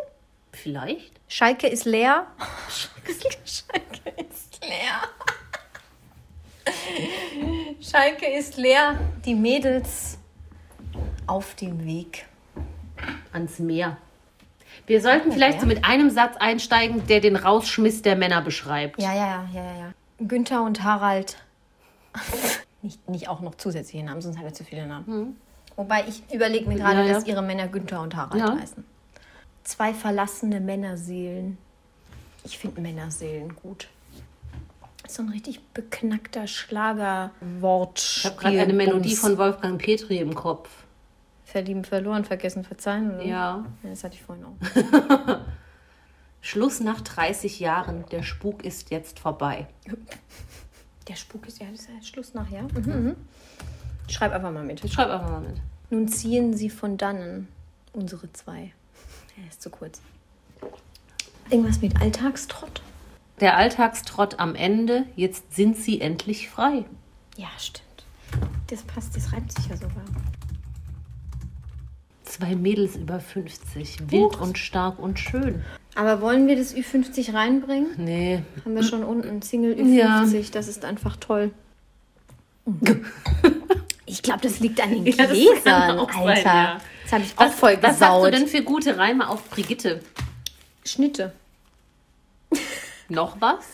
Vielleicht?
Schalke ist leer. Schalke ist leer. Schalke ist leer. Die Mädels auf dem Weg.
Ans Meer. Wir sollten vielleicht
ja.
so mit einem Satz einsteigen, der den Rausschmiss der Männer beschreibt.
Ja, ja, ja, ja, ja. ja. Günther und Harald. nicht, nicht auch noch zusätzliche Namen, sonst haben wir zu viele Namen. Wobei ich überlege mir gerade,
Hm. Ja, ja.
dass ihre Männer Günther und Harald
Ja.
heißen. Zwei verlassene Männerseelen. Ich finde Männerseelen gut. So ein richtig beknackter Schlagerwort.
Ich habe gerade eine Melodie von Wolfgang Petri im Kopf.
Verlieben, verloren, vergessen, verzeihen. Oder?
Ja.
Ja, Das hatte ich vorhin auch.
Schluss nach 30 Jahren. Der Spuk ist jetzt vorbei.
Der Spuk ist ja, das ist ja Schluss nachher. Mhm. mhm. Schreib einfach mal mit.
Schreib einfach mal mit.
Nun ziehen sie von dannen, unsere zwei. Er ist zu kurz. Irgendwas mit Alltagstrott?
Der Alltagstrott am Ende, jetzt sind sie endlich frei.
Ja, stimmt. Das passt, das reibt sich ja sogar.
Zwei Mädels über 50, wild und stark und schön.
Aber wollen wir das Ü50 reinbringen?
Nee,
Haben wir schon unten Single Ü50, das ist einfach toll. Ich glaube, das liegt an den
Ja, das
Gläsern,
kann auch
Alter.
sein, ja.
Das habe ich auch voll
was hast du
gesaut.
denn für gute Reime auf Brigitte?
Schnitte.
Noch was?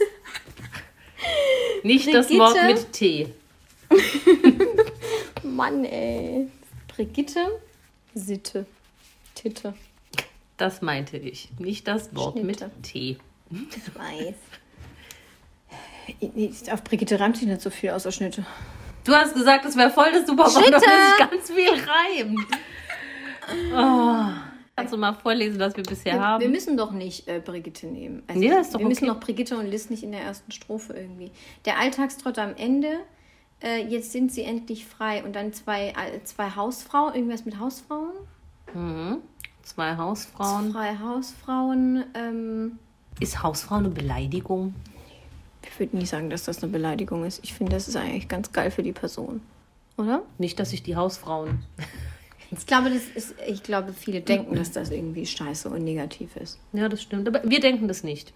Nicht das
Brigitte?
Wort mit T.
Mann, ey. Brigitte
Sitte. Titte.
Das meinte ich. Nicht das Wort
Schnitte.
mit T.
Ich weiß. Ich- Auf Brigitte reimt sich nicht so viel außer Schnitte.
Du hast gesagt, es wäre voll das super Wort,
Schnitte.
dass sich ganz viel reimt. Oh. Kannst du mal vorlesen, was wir bisher
Wir, wir
haben?
müssen doch nicht äh, Brigitte nehmen. Also,
Nee, das ist doch
wir müssen
okay.
doch Brigitte und Liz nicht in der ersten Strophe irgendwie. Der Alltagstrott am Ende. Äh, jetzt sind sie endlich frei. Und dann zwei, äh, zwei Hausfrauen. Irgendwas mit Hausfrauen?
Zwei Hausfrauen.
Freie Hausfrauen. Ähm,
Ist Hausfrau eine Beleidigung?
ich würde nie sagen, dass das eine Beleidigung ist. Ich finde, das ist eigentlich ganz geil für die Person. Oder?
Nicht, dass ich die Hausfrauen.
Ich glaube, das ist, ich glaube, viele denken, dass das irgendwie scheiße und negativ ist.
Ja, das stimmt. Aber wir denken das nicht.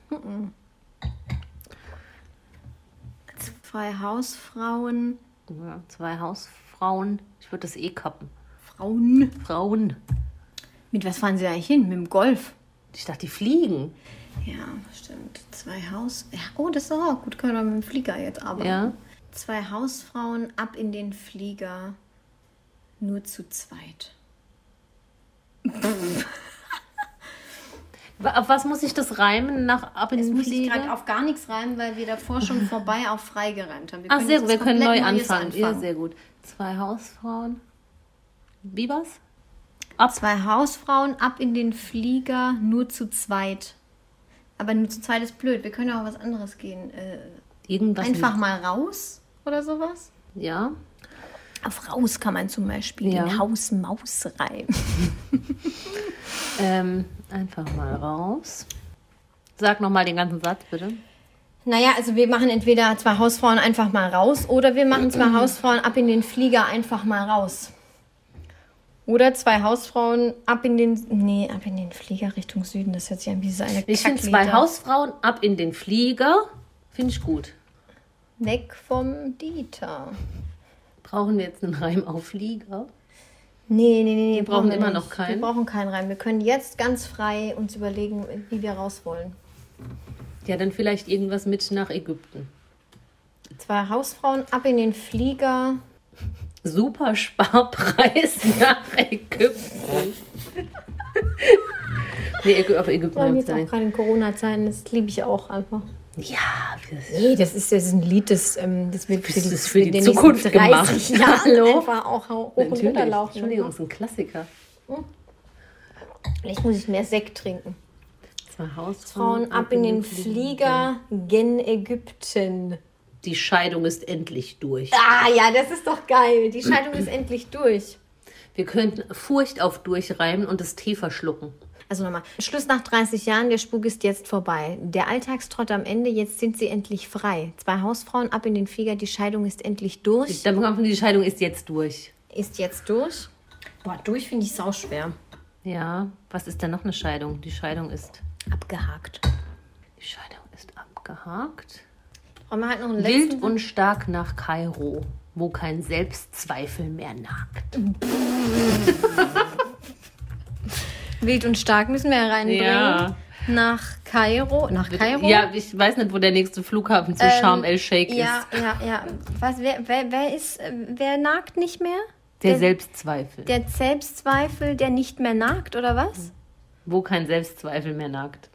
Freie Hausfrauen.
Ja, zwei Hausfrauen. Ich würde das eh kappen.
Frauen.
Frauen.
Mit was fahren sie eigentlich hin? Mit dem Golf.
Ich dachte, die fliegen.
Ja, stimmt. Zwei Haus. Ja, oh, das ist auch gut. Können wir mit dem Flieger jetzt arbeiten.
Ja.
Zwei Hausfrauen ab in den Flieger. Nur zu zweit.
Wa- Auf was muss ich das reimen nach ab in
Jetzt
den
muss ich gerade
Flieger?
auf gar nichts reimen, weil wir davor schon vorbei auf frei gereimt haben.
Ach, sehr
jetzt
gut.
was
Wir können
komplett
neu
Neues
anfangen. Ja, sehr gut. Zwei Hausfrauen. Wie war's?
Zwei Hausfrauen ab in den Flieger, nur zu zweit. Aber nur zu zweit ist blöd. Wir können ja auch was anderes gehen. Äh,
Irgendwas.
einfach mal raus oder sowas.
Mit, ja.
Auf raus kann man zum Beispiel
Ja.
den Haus-Maus reimen.
Ähm, einfach mal raus. Sag nochmal den ganzen Satz, bitte.
Naja, also wir machen entweder zwei Hausfrauen einfach mal raus oder wir machen zwei Hausfrauen ab in den Flieger einfach mal raus. Oder zwei Hausfrauen ab in den. Nee, ab in den Flieger Richtung Süden. Das hört sich an wie so eine
Ich finde
Kacklieder.
zwei Hausfrauen ab in den Flieger. Finde ich gut.
Weg vom Dieter.
Brauchen wir jetzt einen Reim auf Flieger?
Nee, nee, nee, nee. Wir
brauchen immer
nicht.
noch keinen.
Wir brauchen keinen rein. Wir können jetzt ganz frei uns überlegen, wie wir raus wollen.
Ja, dann vielleicht irgendwas mit nach Ägypten.
Zwei Hausfrauen ab in den Flieger.
Super Sparpreis nach Ägypten. nee, Ägy- auf Ägypten
Wir haben
haben wir
jetzt auch
sein.
gerade in Corona-Zeiten. Das liebe ich auch einfach.
Ja, das ist
Nee, das ist, das ist ein Lied, das, ähm, das wird
Das ist für die Zukunft gemacht.
Jahren
Hallo?
einfach auch hoch und
natürlich.
runter laufen. ne?
Entschuldigung, ist ein Klassiker.
Vielleicht muss ich mehr Sekt trinken. Mhm.
Zwei Hausfrauen
Frauen ab in den Flieger gen Ägypten.
Die Scheidung ist endlich durch.
Ah ja, das ist doch geil. Die Scheidung ist endlich durch.
Wir könnten Furcht auf durchreimen und das Tee verschlucken.
Also nochmal. Schluss nach 30 Jahren, der Spuk ist jetzt vorbei. Der Alltagstrott am Ende, jetzt sind sie endlich frei. Zwei Hausfrauen ab in den Flieger, die Scheidung ist endlich durch.
Dann bekommt man die Scheidung ist jetzt durch.
Ist jetzt durch. Boah, durch finde ich sauschwer.
Ja, was ist denn noch eine Scheidung? Die Scheidung ist.
Abgehakt.
Die Scheidung ist abgehakt.
Brauchen wir halt noch einen letzten
Wild und stark nach Kairo, wo kein Selbstzweifel mehr nagt.
Wild und stark müssen wir ja reinbringen.
Ja.
Nach Kairo. Nach Kairo? Ähm,
Ja, ich weiß nicht, wo der nächste Flughafen zu Sharm el-Sheikh
ja,
ist.
ja, ja. Was, wer, wer, wer ist, äh, wer nagt nicht mehr?
Der,
der-
Selbstzweifel,
Der Selbstzweifel, der nicht mehr nagt, oder was?
wo kein Selbstzweifel mehr nagt.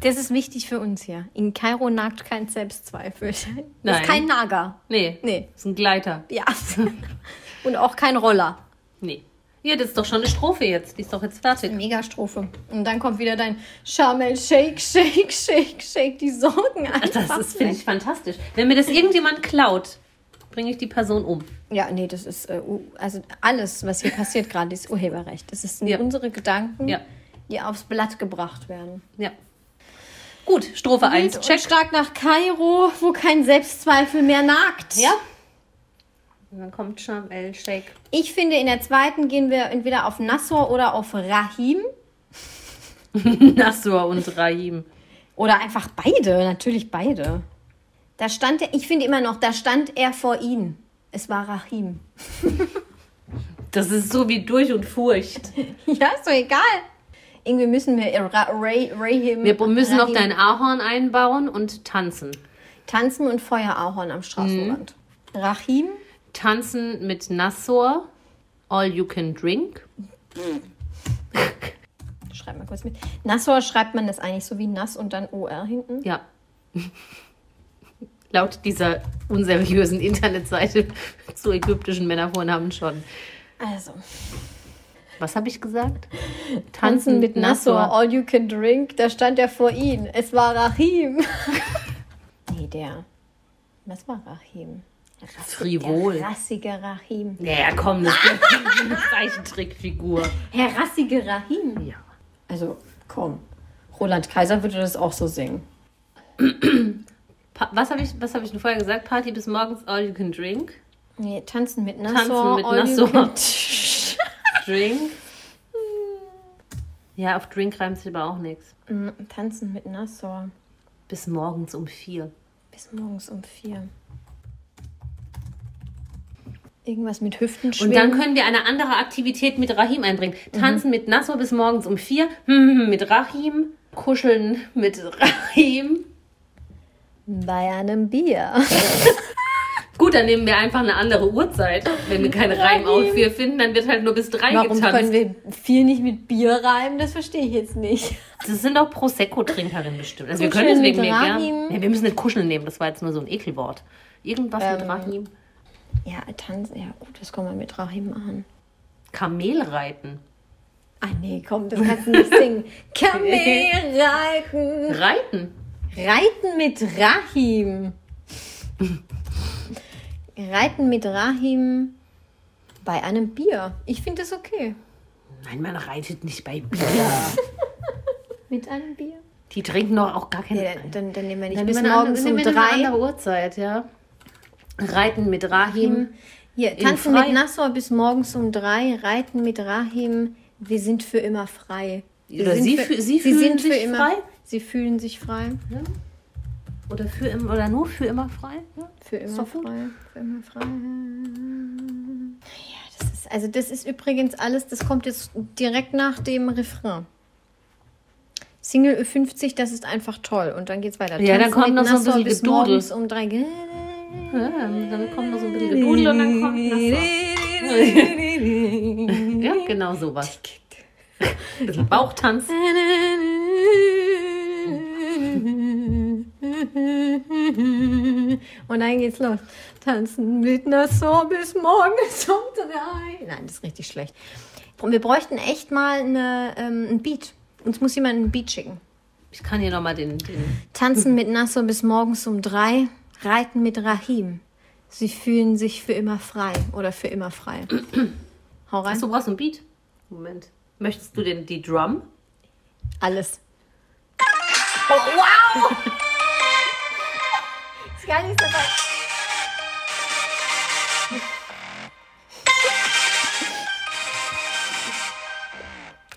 Das ist wichtig für uns hier. In Kairo nagt kein Selbstzweifel. Das
Nein.
ist kein Nager.
Nee,
Nee.
ist ein Gleiter.
Ja. Und auch kein Roller.
Nee. Ja, das ist doch schon eine Strophe jetzt. Die ist doch jetzt fertig.
Megastrophe. Und dann kommt wieder dein Charmel Shake, Shake, Shake, Shake die Sorgen einfach.
Das ist, finde ich, fantastisch. Wenn mir das irgendjemand klaut, bringe ich die Person um.
Ja, nee, das ist, äh, u- also alles, was hier passiert gerade, ist Urheberrecht. Das sind
Ja.
unsere Gedanken,
Ja.
die aufs Blatt gebracht werden.
Ja. Gut, Strophe 1,
Wild und
check.
stark nach Kairo, wo kein Selbstzweifel mehr nagt.
Ja. Und dann kommt Sharm el-Sheikh.
Ich finde, in der zweiten gehen wir entweder auf Nassor oder auf Rahim.
Nassur und Rahim.
Oder einfach beide, natürlich beide. Da stand er, ich finde immer noch, da stand er vor ihnen. Es war Rahim.
Das ist so wie Durch und Furcht.
Ja, ist doch egal. Irgendwie müssen wir Ra Ray, Rahim.
Wir müssen noch
Rahim
dein Ahorn einbauen und tanzen.
Tanzen und Feuerahorn am Straßenrand. Mhm. Rahim
Tanzen mit Nassur All You Can Drink.
Schreib mal kurz mit. Nassauer schreibt man das eigentlich so wie nass und dann OR hinten?
Ja. Laut dieser unseriösen Internetseite zu ägyptischen Männervornamen schon.
Also.
Was habe ich gesagt?
Tanzen mit Nassor, all you can drink, da stand er vor ihm. Es war Rahim. nee, der. Was war Rahim? Der rassige-
Frivol.
Der rassige Rahim.
Naja, komm, das ist eine Zeichentrickfigur.
Herr rassige Rahim.
Ja.
Also, komm. Roland Kaiser würde das auch so singen.
Pa was habe ich, was hab ich denn vorher gesagt? Party bis morgens, all you can drink.
Nee, tanzen mit
Tanzen
Nassor,
mit
all you
Nassor.
can
Drink. Ja, auf Drink reimt sich aber auch nichts.
Mm, Tanzen mit Nassor.
Bis morgens um vier.
Bis morgens um vier. Irgendwas mit Hüften
Und
schwingen.
dann können wir eine andere Aktivität mit Rahim einbringen. Tanzen mit Nassor bis morgens um vier. Hm, mit Rahim. Kuscheln mit Rahim.
bei einem Bier.
Gut, dann nehmen wir einfach eine andere Uhrzeit. Wenn wir keinen Reim auf vier finden, dann wird halt nur bis drei
Warum können
getanzt.
wir viel nicht mit Bier reimen? Das verstehe ich jetzt nicht.
Das Also sind doch Prosecco-Trinkerinnen bestimmt. Also wir können
Kuscheln
deswegen
mit
mir
Rahim.
gern. Nee, wir müssen nicht kuscheln nehmen, das war jetzt nur so ein Ekelwort. Irgendwas
Ähm.
mit Rahim.
Ja, tanzen, ja gut, das kann man mit Rahim machen.
Kamelreiten.
Ah nee, komm, das kannst du nicht singen. Kamel reiten.
Reiten.
Reiten mit Rahim. Reiten mit Rahim bei einem Bier. Ich finde das okay.
Nein, man reitet nicht bei Bier.
Mit einem Bier?
Die trinken doch auch gar keine.
Nee, dann, dann, dann nehmen wir nicht
Dann
bis
nehmen wir eine
morgens
andere-
um
nehmen wir eine
drei.
andere Uhrzeit, ja. Reiten mit Rahim.
Hier,
In
tanzen mit
frei.
Nassor bis morgens um drei, reiten mit Rahim, wir sind für immer frei. Wir
Oder
sind
sie fü- sie fühlen sich frei?
Sie fühlen sich frei.
Oder, für im, oder nur für immer frei. Ja.
Für immer
doch gut.
frei. Für immer frei. Ja, das ist, also das ist übrigens alles, das kommt jetzt direkt nach dem Refrain. Single Ö50, das ist einfach toll. Und dann geht's weiter.
Ja, dann
Tanzen
kommt
mit
noch so ein
Nassor
bisschen
bis
Gedudel.
morgens um drei.
dann kommt noch so ein bisschen Gedudel und dann kommt Nassau. Ja, genau sowas. Ein bisschen Bauchtanz.
Und dann geht's los. Tanzen mit Nassau bis morgens um drei. Nein, das ist richtig schlecht. Und wir bräuchten echt mal eine, ähm, ein Beat. Uns muss jemand einen Beat schicken.
Ich kann hier nochmal den, den.
Tanzen mit Nassau bis morgens um drei. Reiten mit Rahim. Sie fühlen sich für immer frei. Oder für immer frei. Hau rein.
Achso, brauchst du einen Beat? Moment. Möchtest du den, die Drum?
Alles. wow! ist gar nichts dabei.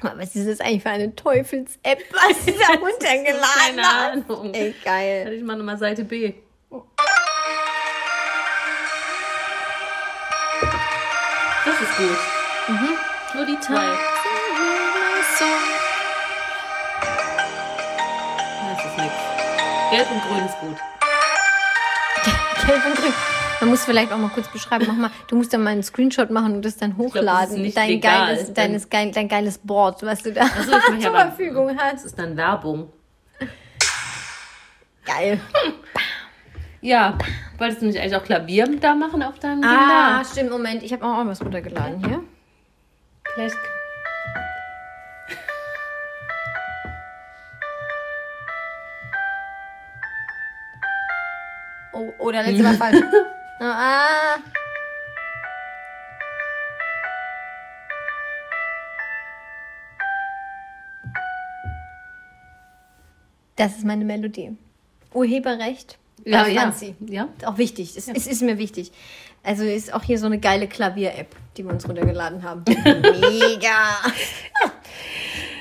Mann, Was ist das eigentlich für eine Teufels-App? Was ist da runtergeladen?
Keine
hast?
Ahnung.
Ey, geil.
Kann ich mal nochmal Seite B. Das ist gut.
Mhm.
Nur die Teil. Das ist nix. Gelb und grün ist gut.
Gelb und grün. Man muss vielleicht auch mal kurz beschreiben. Mach mal, du musst dann mal einen Screenshot machen und das dann
glaub, das ist
hochladen.
nicht
dein,
legal,
geiles,
denn-
deines geil, dein geiles Board, was du da
so, Also ich mach ja
zur
aber-
Verfügung
Das
hast.
ist dann Werbung.
Geil.
Ja. Wolltest du nicht eigentlich auch Klavier da machen auf deinem Ding
Ah,
da?
stimmt, Moment. Ich habe auch was runtergeladen hier.
Vielleicht.
Oh, oh der letzte war falsch. Ah, Das ist meine Melodie. Urheberrecht. bei
Ja, ja.
Franzi.
ja.
Ist Auch wichtig. Es, es ist mir wichtig. Also ist auch hier so eine geile Klavier-App, die wir uns runtergeladen haben. Mega.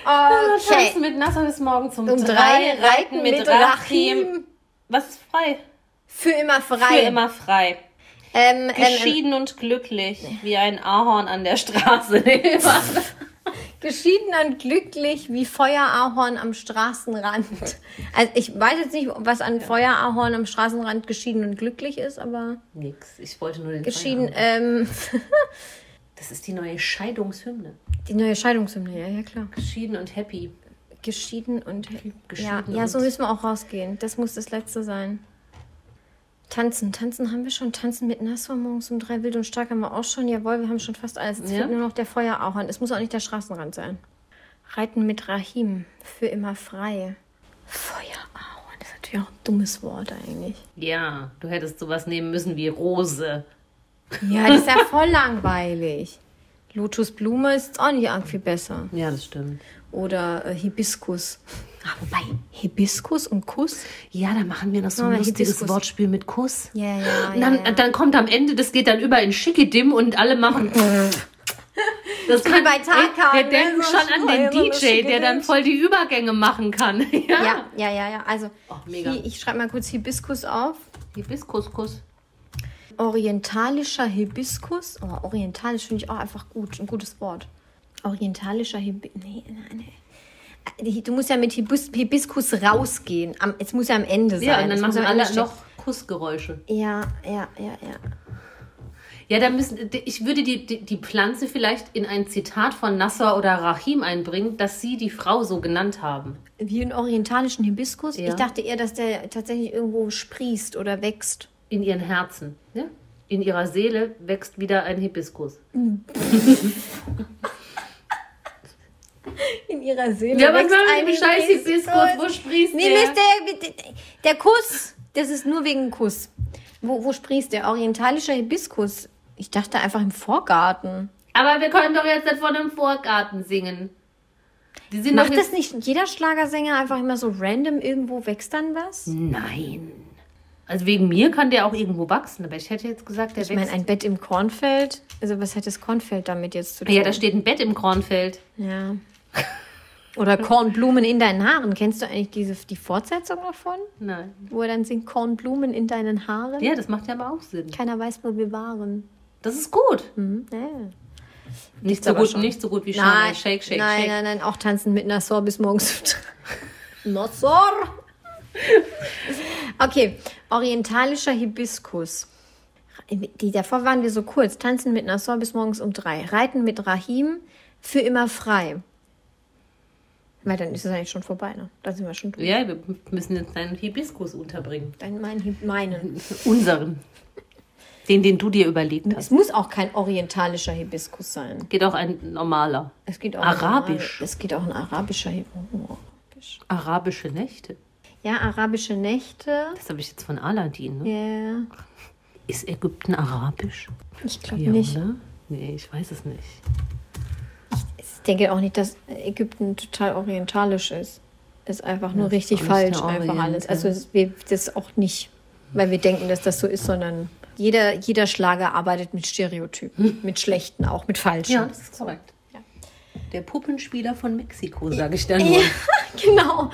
Okay.
Tanzen mit Nasser bis morgens um,
Um drei reiten mit,
Rachim.
Rachim.
Was ist frei?
Für immer
Für
frei.
immer frei.
Ähm, ähm, ähm,
Geschieden und glücklich, wie ein Ahorn an der Straße. Nee, warte.
geschieden und glücklich wie Feuerahorn am Straßenrand. Also ich weiß jetzt nicht, was an Feuerahorn am Straßenrand geschieden und glücklich ist, aber
Nix, ich wollte nur den
geschieden. äh.
Feierabend.
Ähm,
Das ist die neue Scheidungshymne.
Die neue Scheidungshymne, ja, ja klar.
Geschieden und happy.
Geschieden und ja,
Geschieden
ja,
und-
so müssen wir auch rausgehen. Das muss das Letzte sein. Tanzen, tanzen haben wir schon. Tanzen mit Nassau morgens um drei wild und stark haben wir auch schon. Jawohl, wir haben schon fast alles. Es
Ja.
fehlt nur noch der Feuerauchern. Es muss auch nicht der Straßenrand sein. Reiten mit Rahim, für immer frei. Feuerauchern, das ist natürlich auch ein dummes Wort eigentlich.
Ja.
Du hättest sowas nehmen müssen wie Rose.
Ja, das ist ja voll langweilig. Lotusblume ist auch nicht arg viel besser.
Ja, das stimmt.
Oder äh, Hibiskus.
Ah, wobei,
Hibiskus und Kuss?
ja, da machen wir noch so ein
Machen wir
lustiges
Hibiskus.
Wortspiel mit Kuss.
Ja, Ah, ja,
Und dann, dann kommt am Ende, das geht dann über in Schickidim und alle machen. Das
Wie bei Tarkan,
Wir, wir
ne?
denken
So
schon an den
immer so
DJ, der dann
Schickidim.
voll die Übergänge machen kann. Ja.
Ja, ja, ja, ja. Also,
Ah. Oh, mega.
Hi- ich schreibe mal kurz Hibiskus auf.
Hibiskuskuss.
Orientalischer Hibiskus. Oh, orientalisch finde ich auch einfach gut. Ein gutes Wort. Orientalischer Hibiskus. Nee, nein, nee. Äh, Du musst ja mit Hibis Hibiskus rausgehen. Am, es muss ja am Ende sein.
Ja, und dann
Es muss
machen
am Ende
alle
stehen.
noch Kussgeräusche.
Ja, ja, ja, ja.
Ja, da müssen, ich würde die, die, die Pflanze vielleicht in ein Zitat von Nasser oder Rahim einbringen, dass sie die Frau so genannt haben.
Wie einen orientalischen Hibiskus.
Ja.
Ich dachte eher, dass der tatsächlich irgendwo sprießt oder wächst.
In ihren Herzen. Ne? In ihrer Seele wächst wieder ein Hibiskus.
In ihrer Seele.
Ja, was
wächst
machen
ein
wir scheiß Hibiskus? Wo sprießt
Nee,
der?
Mist, der, der Kuss, das ist nur wegen Kuss. Wo, wo sprießt der? Orientalischer Hibiskus. Ich dachte einfach im Vorgarten.
Aber wir können doch jetzt nicht von einem Vorgarten singen. Die sind
Macht
doch jetzt-
das nicht jeder Schlagersänger einfach immer so random irgendwo wächst dann was?
Nein. Also wegen mir kann der auch irgendwo wachsen, aber ich hätte jetzt gesagt, der
Ich meine,
wächst.
ein Bett im Kornfeld. Also was hat das Kornfeld damit jetzt zu tun?
ja, da steht ein Bett im Kornfeld.
Ja. Oder Kornblumen in deinen Haaren. Kennst du eigentlich diese, die Fortsetzung davon?
Nein.
Wo er dann singt Kornblumen in deinen Haaren?
Ja, das macht ja aber auch Sinn.
Keiner weiß, wo wir waren.
Das ist gut.
Hm? Ja.
Nicht so
aber
gut,
schon.
nicht so gut wie Shana.
Nein,
Shake, shake,
nein,
shake.
nein, nein, auch tanzen mit Nassor bis morgens um drei. Nassor! Okay, orientalischer Hibiskus. Die davor waren wir so kurz. Tanzen mit Nassor bis morgens um drei. Reiten mit Rahim für immer frei. Weil dann ist es eigentlich schon vorbei, ne? Dann sind wir schon durch.
Ja, wir müssen jetzt deinen Hibiskus unterbringen.
Dann mein, Hib- meinen.
Unseren. Den, den du dir überlegt hast.
Es muss auch kein orientalischer Hibiskus sein.
Geht auch ein normaler.
Es geht auch
Arabisch.
Ein, es geht auch ein arabischer Hibiskus. Oh.
Arabische Nächte.
Ja, arabische Nächte.
Das habe ich jetzt von Aladdin. Ne?
Ja.
Ist Ägypten arabisch?
Ich glaube nicht.
oder? Nee, ich weiß es nicht.
Ich denke auch nicht, dass Ägypten total orientalisch ist. Ist einfach nur richtig
alles
falsch,
der
einfach
Orient,
alles.
ja.
Also es- wir das auch nicht, weil wir denken, dass das so ist, sondern jeder, jeder Schlager arbeitet mit Stereotypen, mit schlechten, auch mit falschen.
Ja, das ist korrekt. Der Puppenspieler von Mexiko, sage ich dann nur.
Ja, genau.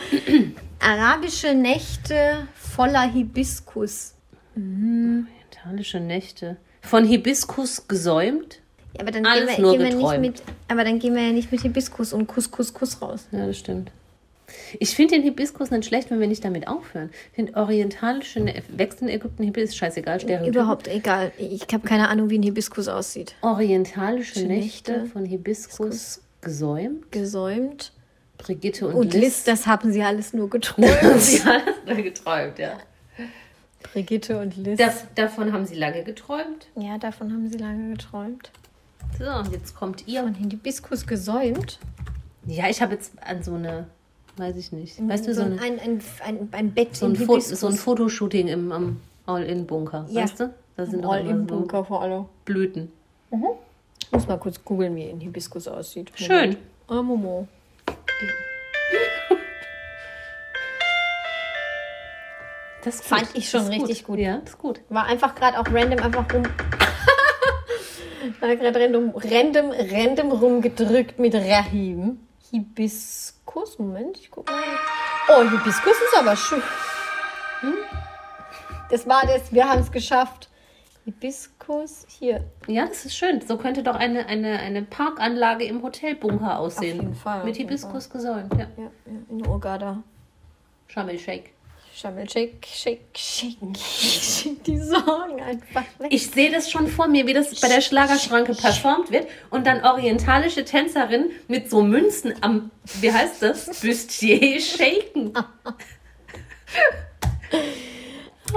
Arabische Nächte voller Hibiskus.
Orientalische Nächte. Von Hibiskus gesäumt.
Ja, aber dann
Alles
gehen
nur
wir, gehen wir nicht
geträumt.
mit, aber dann gehen wir ja nicht mit Hibiskus und Kuss, Kuss, Kuss raus.
Ja, das stimmt. Ich finde den Hibiskus nicht schlecht, wenn wir nicht damit aufhören. Ich finde orientalische Nä- wächst in Ägypten Hibiskus, scheißegal, Stereotyp.
Überhaupt egal. Ich habe keine Ahnung, wie ein Hibiskus aussieht.
Orientalische
Die
Nächte,
Nächte
von Hibiskus gesäumt.
Gesäumt.
Brigitte und,
Und Liz,
Liz.
das haben sie alles nur geträumt.
Sie hat es nur geträumt, ja.
Brigitte und Liz.
Das, davon haben sie lange geträumt.
ja, davon haben sie lange geträumt.
So, und jetzt kommt ihr.
Von Hibiskus gesäumt.
Ja, ich habe jetzt an so eine, weiß ich nicht, weißt du, so eine,
ein, ein, ein, ein Bett
so
in
ein, Fo
Hibiskus.
so ein Fotoshooting im, am All-In-Bunker,
Ja.
weißt du? Da sind
All im
auch immer so
Bunker vor allem.
Blüten.
Ich muss mal kurz googeln, wie ein Hibiskus aussieht.
Schön.
Oh, Momo.
Das ist
Fand ich schon
Das ist
richtig gut.
Ja, ist gut.
War einfach gerade auch random einfach rum. War gerade random, random, random rumgedrückt mit Rahim. Hm? Hibiskus, Moment, ich guck mal. Oh, Hibiskus ist aber schön. Hm? Das war das, wir haben es geschafft. Hibiskus, hier.
Ja, das ist schön. So könnte doch eine, eine, eine Parkanlage im Hotelbunker aussehen.
jeden Fall,
Mit
auf jeden
Hibiskus gesäumt, ja.
Ja, ja, in Urgada.
Schammel Shake.
Schammel, schick, schick, schick, schick die Sorgen einfach weg.
Ich sehe das schon vor mir, wie das bei der Schlagerschranke performt wird und dann orientalische Tänzerin mit so Münzen am, wie heißt das, Bustier shaken.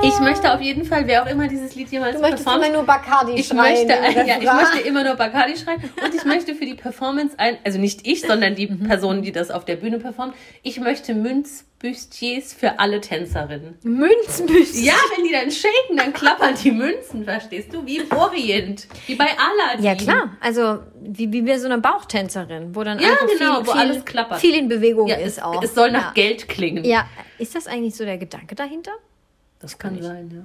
Ich möchte auf jeden Fall, wer auch immer dieses Lied jemals
Ah. du möchtest
performt,
immer nur Bacardi
ich
schreien.
möchte,
im
ja, ich
Refrain.
möchte immer nur Bacardi schreien und ich möchte für die Performance ein, also nicht ich, sondern die
Mhm.
Person, die das auf der Bühne performt, ich möchte Münzbustiers für alle Tänzerinnen.
Münzbüchse.
Ja, wenn die dann shaken, dann klappern die Münzen, verstehst du? Wie im Orient, wie bei Aladdin.
Ja, klar. Also, wie, wie bei so einer Bauchtänzerin, wo dann
Ja,
einfach
genau,
viel,
wo
viel,
alles klappert.
viel in Bewegung
Ja,
ist
es,
auch.
es soll nach
ja.
Geld klingen.
Ja, ist das eigentlich so der Gedanke dahinter?
Das kann sein, ja.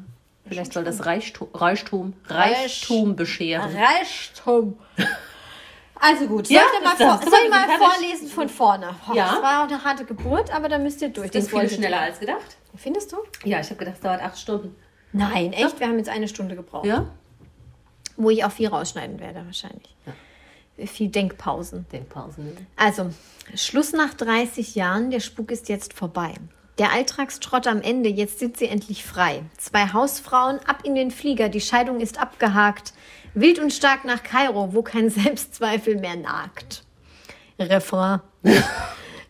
Vielleicht soll das Reichtum, Reichtum, Reichtum bescheren.
Ah, Reichtum. Also gut,
Ja,
soll ich
das-
mal, vor,
das- das
soll ich
war
mal
fertig.
vorlesen von vorne? Boah,
Ja.
Das war eine harte Geburt, aber da müsst ihr durch.
Das ist viel
wolltet ihr.
schneller als gedacht.
Findest du?
Ja, ich habe gedacht, es dauert acht Stunden.
Nein, echt, wir haben jetzt eine Stunde gebraucht.
Ja?
Wo ich auch viel rausschneiden werde wahrscheinlich. Viel Denkpausen.
Denkpausen.
Also, Schluss nach 30 Jahren, der Spuk ist jetzt vorbei. Der Alltagstrott am Ende, jetzt sind sie endlich frei. Zwei Hausfrauen, ab in den Flieger, die Scheidung ist abgehakt. Wild und stark nach Kairo, wo kein Selbstzweifel mehr nagt. Refrain.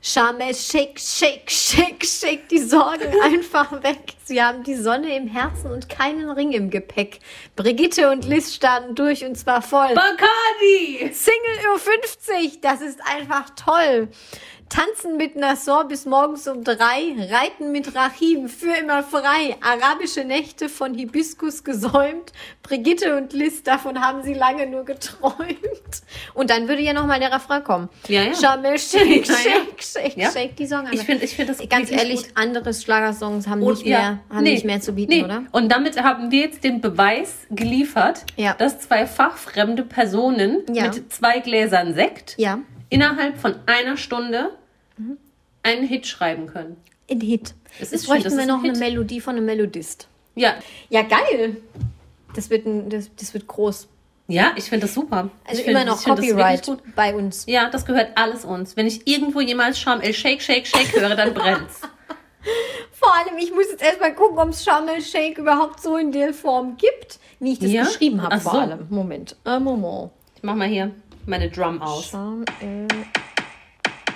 Charmel, schick, schick, schick, schick die Sorgen einfach weg. Sie haben die Sonne im Herzen und keinen Ring im Gepäck. Brigitte und Liz starten durch und zwar voll.
Bacardi!
Single über 50, das ist einfach toll. Tanzen mit Nassor bis morgens um drei, reiten mit Rahim für immer frei, arabische Nächte von Hibiskus gesäumt, Brigitte und Liz, davon haben sie lange nur geträumt. Und dann würde ja nochmal der Refrain kommen.
Ja, ja.
Jamel, shake,
Ja, ja.
shake, shake,
Ja.
shake die Song an.
Ich finde ich find das
Ganz
wirklich
ehrlich,
gut.
andere Schlagersongs haben,
Und
nicht,
ja,
mehr, haben
nee,
nicht mehr zu bieten,
nee.
oder?
Und damit haben wir jetzt den Beweis geliefert,
Ja.
dass zwei fachfremde Personen
Ja.
mit zwei Gläsern Sekt
Ja,
innerhalb von einer Stunde einen Hit schreiben können.
ein Hit.
Es
Jetzt
ist schön,
bräuchten
das
wir
ist
noch
ein Hit.
eine Melodie von einem Melodist.
Ja,
Ja, geil. Das wird, ein, das, das wird groß.
ja ich finde das super.
Also
ich find-
immer noch
ich find das wirklich gut.
Copyright bei uns.
Ja, das gehört alles uns. Wenn ich irgendwo jemals Charme El Shake, Shake, Shake höre, dann brennt's.
Vor allem, ich muss jetzt erstmal gucken, ob es Charmel Shake überhaupt so in der Form gibt, wie ich das
Ja?
geschrieben habe.
Ach
Vor
so.
allem. Moment. Ein Moment.
Ich mach mal hier meine Drum aus.
Charmel.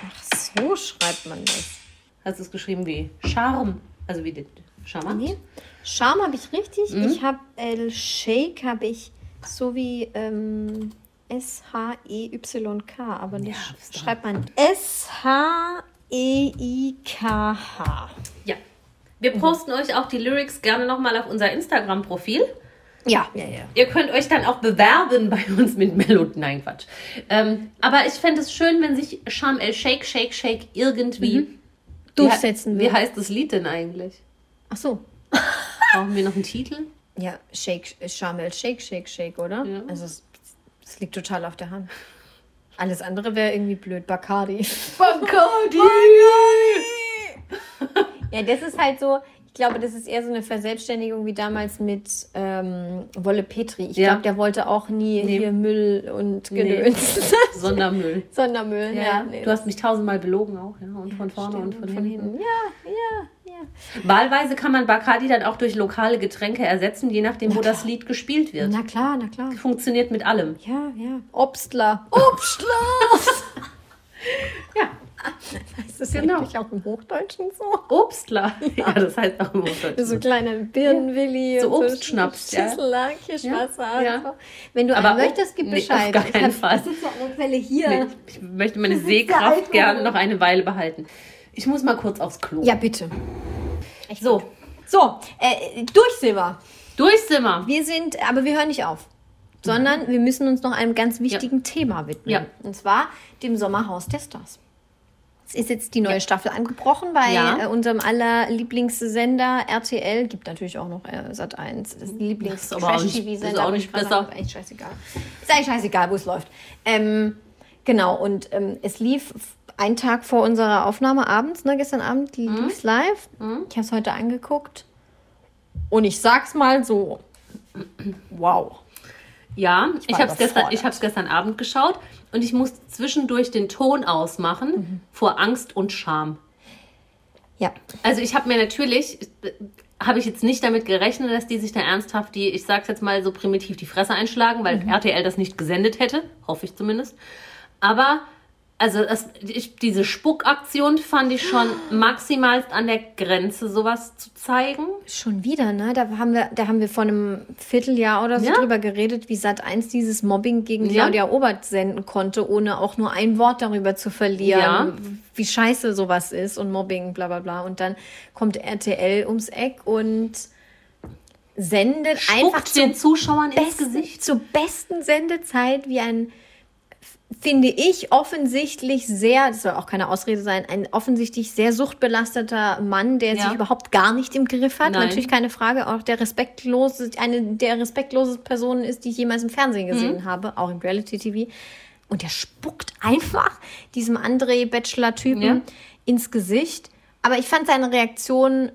Ach, so schreibt man das.
Hast du es geschrieben wie Charme? Also wie Charme?
Nee. Charme habe ich richtig.
Mhm.
Ich habe El Shake habe ich so wie ähm, S-H-E-Y-K, aber nicht.
Ja, ist doch-
schreibt man E S-H-E-I-K-H.
Ja. Wir posten euch auch die Lyrics gerne nochmal auf unser Instagram-Profil.
Ja, ja, ja.
Ihr könnt euch dann auch bewerben bei uns mit Melod. Nein, Quatsch. Ähm, aber ich fände es schön, wenn sich Charme El Shake, Shake, Shake irgendwie
Mhm. Durchsetzen
Wie,
will.
wie heißt das Lied denn eigentlich?
Ach so.
Brauchen wir noch einen Titel?
Ja, Shake, Charmel, Shake, Shake, Shake, oder?
Ja.
Also, es, es liegt total auf der Hand. Alles andere wäre irgendwie blöd. Bacardi. Bacardi! ja, das ist halt so, ich glaube, das ist eher so eine Verselbstständigung wie damals mit ähm, Wolle Petri. Ich
Ja.
glaube, der wollte auch nie
Nee.
hier Müll und
Nee.
Gedöns.
Sondermüll.
Sondermüll, ja.
Ja, ja.
nee,
du hast mich tausendmal belogen auch, ja. Und von vorne
stimmt.
und von, hinten.
Ja, ja, ja.
Wahlweise kann man Bacardi dann auch durch lokale Getränke ersetzen, je nachdem, wo das Lied gespielt wird.
Na klar, na klar.
Funktioniert mit allem.
Ja, ja. Obstler. Obstler!
Ja.
Ist das
Genau.
eigentlich auch im Hochdeutschen so?
Obstler. Ja, das heißt auch im
So
Hochdeutschen.
kleine Birnenwilli.
So
und
Obstschnaps, ja.
Schüssellack, Kirschwasser.
Ja,
und so. Wenn du
Aber
einen
Ob-
möchtest, gib
nee, auf
Bescheid.
gar
Ich
keinen
hab-
Fall.
Ich sitze auf alle Fälle hier.
Nee, ich möchte meine
ist der Alkohol.
Sehkraft gerne noch eine Weile behalten. Ich muss mal kurz aufs Klo.
Ja, bitte.
So,
So, äh, durch, Silber.
durch sind wir.
Genau, Wir sind, aber wir hören nicht auf. Sondern wir müssen uns noch einem ganz wichtigen Thema widmen.
Mhm. Ja.
Und zwar dem Sommerhaus der Stars. Es ist jetzt die neue Staffel angebrochen bei
Ja.
äh, unserem aller Lieblingssender RTL. Gibt natürlich auch noch äh, Sat1, das lieblings
Ist aber auch
trash
nicht-
tv
ist
sender
auch nicht besser.
Ist echt scheißegal. Ist eigentlich scheißegal, wo es läuft. Ähm, genau, und ähm, es lief f- einen Tag vor unserer Aufnahme abends, ne, gestern Abend
Mhm.
lief es live. Ich habe es heute angeguckt. Und ich sag's mal so. Wow.
Ja, ich
war
habe es gestern,
überfordert.
ich hab's gestern Abend geschaut und ich musste zwischendurch den Ton
Mhm.
ausmachen vor Angst und Scham.
Ja.
Also ich habe mir natürlich, habe ich jetzt nicht damit gerechnet, dass die sich da ernsthaft die, ich sag's jetzt mal so primitiv, die Fresse einschlagen,
Mhm.
weil RTL das nicht gesendet hätte, hoffe ich zumindest. Aber also das, ich, diese Spuckaktion fand ich schon maximalst an der Grenze, sowas zu zeigen.
Schon wieder, ne? Da haben wir, da haben wir vor einem Vierteljahr oder so
Ja.
drüber geredet, wie Sat 1 dieses Mobbing gegen
Ja.
Claudia Obert senden konnte, ohne auch nur ein Wort darüber zu verlieren,
Ja.
wie scheiße sowas ist und Mobbing, bla bla bla. Und dann kommt RTL ums Eck und sendet einfach
Spuckt den Zuschauern ins
besten,
Gesicht.
zur besten Sendezeit wie ein, f- finde ich, offensichtlich sehr, das soll auch keine Ausrede sein, ein offensichtlich sehr suchtbelasteter Mann, der
Ja.
sich überhaupt gar nicht im Griff hat.
Nein.
Natürlich keine Frage, auch der respektlose, eine der respektlosesten Personen ist, die ich jemals im
Mhm.
Fernsehen gesehen habe, auch im Reality-TV. Und der spuckt einfach diesem André-Bachelor-Typen
Ja.
ins Gesicht. Aber ich fand seine Reaktion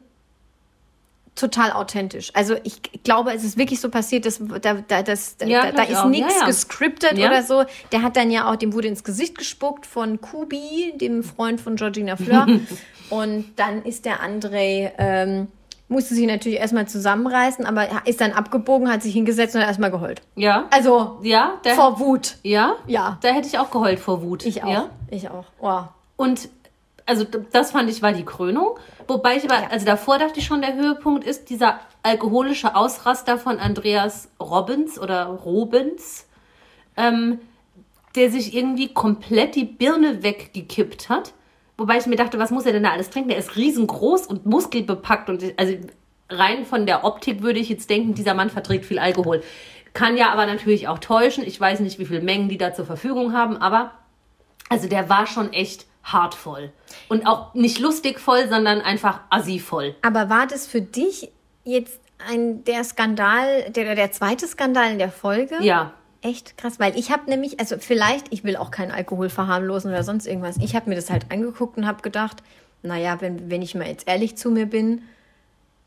total authentisch. Also ich glaube, es ist wirklich so passiert, dass da, da, das,
Ja,
da, da
glaub ich
ist
auch.
nichts
Ja, ja.
gescriptet
Ja.
oder so. Der hat dann ja auch, dem wurde ins Gesicht gespuckt von Kubi, dem Freund von Georgina Fleur. Und dann ist der André, ähm, musste sich natürlich erstmal zusammenreißen, aber ist dann abgebogen, hat sich hingesetzt und hat erstmal geheult.
Ja,
Also
ja, da,
vor Wut.
ja,
Ja.
da hätte ich auch geheult vor Wut.
Ich auch.
Ja?
Ich auch. Oh.
Und also d- das fand ich war die Krönung. Wobei ich aber, also davor dachte ich schon, der Höhepunkt ist dieser alkoholische Ausraster von Andreas Robbins oder Robins, ähm, der sich irgendwie komplett die Birne weggekippt hat. Wobei ich mir dachte, was muss er denn da alles trinken? Der ist riesengroß und muskelbepackt und ich- also rein von der Optik würde ich jetzt denken, dieser Mann verträgt viel Alkohol. Kann ja aber natürlich auch täuschen. Ich weiß nicht, wie viel Mengen die da zur Verfügung haben, aber also der war schon echt hart voll. Und auch nicht lustig voll, sondern einfach assi voll.
Aber war das für dich jetzt ein der Skandal, der, der zweite Skandal in der Folge?
Ja.
Echt krass, weil ich habe nämlich, also vielleicht, ich will auch keinen Alkohol verharmlosen oder sonst irgendwas. Ich habe mir das halt angeguckt und habe gedacht, naja, wenn, wenn ich mal jetzt ehrlich zu mir bin,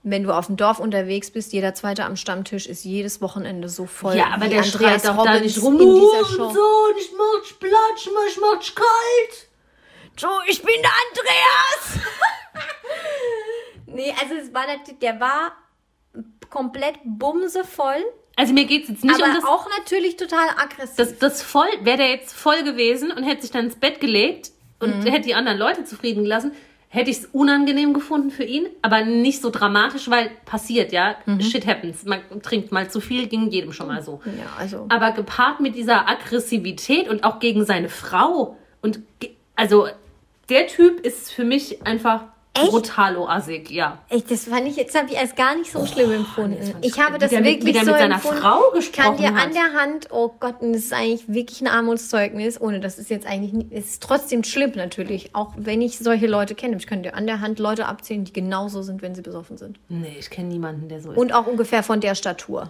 wenn du auf dem Dorf unterwegs bist, jeder zweite am Stammtisch ist jedes Wochenende so voll.
Ja, aber
wie
der
Andreas
schreit doch da
Robbins
nicht rum.
in
"Du
dieser Show.
Hurensohn, ich mach's platsch, ich mach's kalt.
Joe, ich bin der Andreas! nee, also es war natürlich, der war komplett bumsevoll,
Also mir geht's jetzt nicht
aber
um das
auch natürlich total aggressiv.
das, das voll, wäre der jetzt voll gewesen und hätte sich dann ins Bett gelegt
Mhm.
und hätte die anderen Leute zufrieden gelassen, hätte ich es unangenehm gefunden für ihn, aber nicht so dramatisch, weil passiert, ja.
Mhm.
Shit happens. Man trinkt mal zu viel, ging jedem schon mal so.
Ja, also-
Aber gepaart mit dieser Aggressivität und auch gegen seine Frau und ge- also der Typ ist für mich einfach
Echt?
brutalo-assig, ja.
Echt, das fand ich jetzt habe ich als gar nicht so schlimm empfunden.
fand ich
Ich habe
schlimm.
das
Wie der mit-
wirklich
wie der
so
mit seiner
empfunden.
Frau
ich kann
gesprochen
dir an
hat.
der Hand, oh Gott, und das ist eigentlich wirklich ein Armutszeugnis. Ohne das ist jetzt eigentlich, nie- es ist trotzdem schlimm natürlich, auch wenn ich solche Leute kenne. Ich kann dir an der Hand Leute abzählen, die genauso sind, wenn sie besoffen sind
Nee, ich kenne niemanden, der so ist.
und auch ungefähr von der Statur.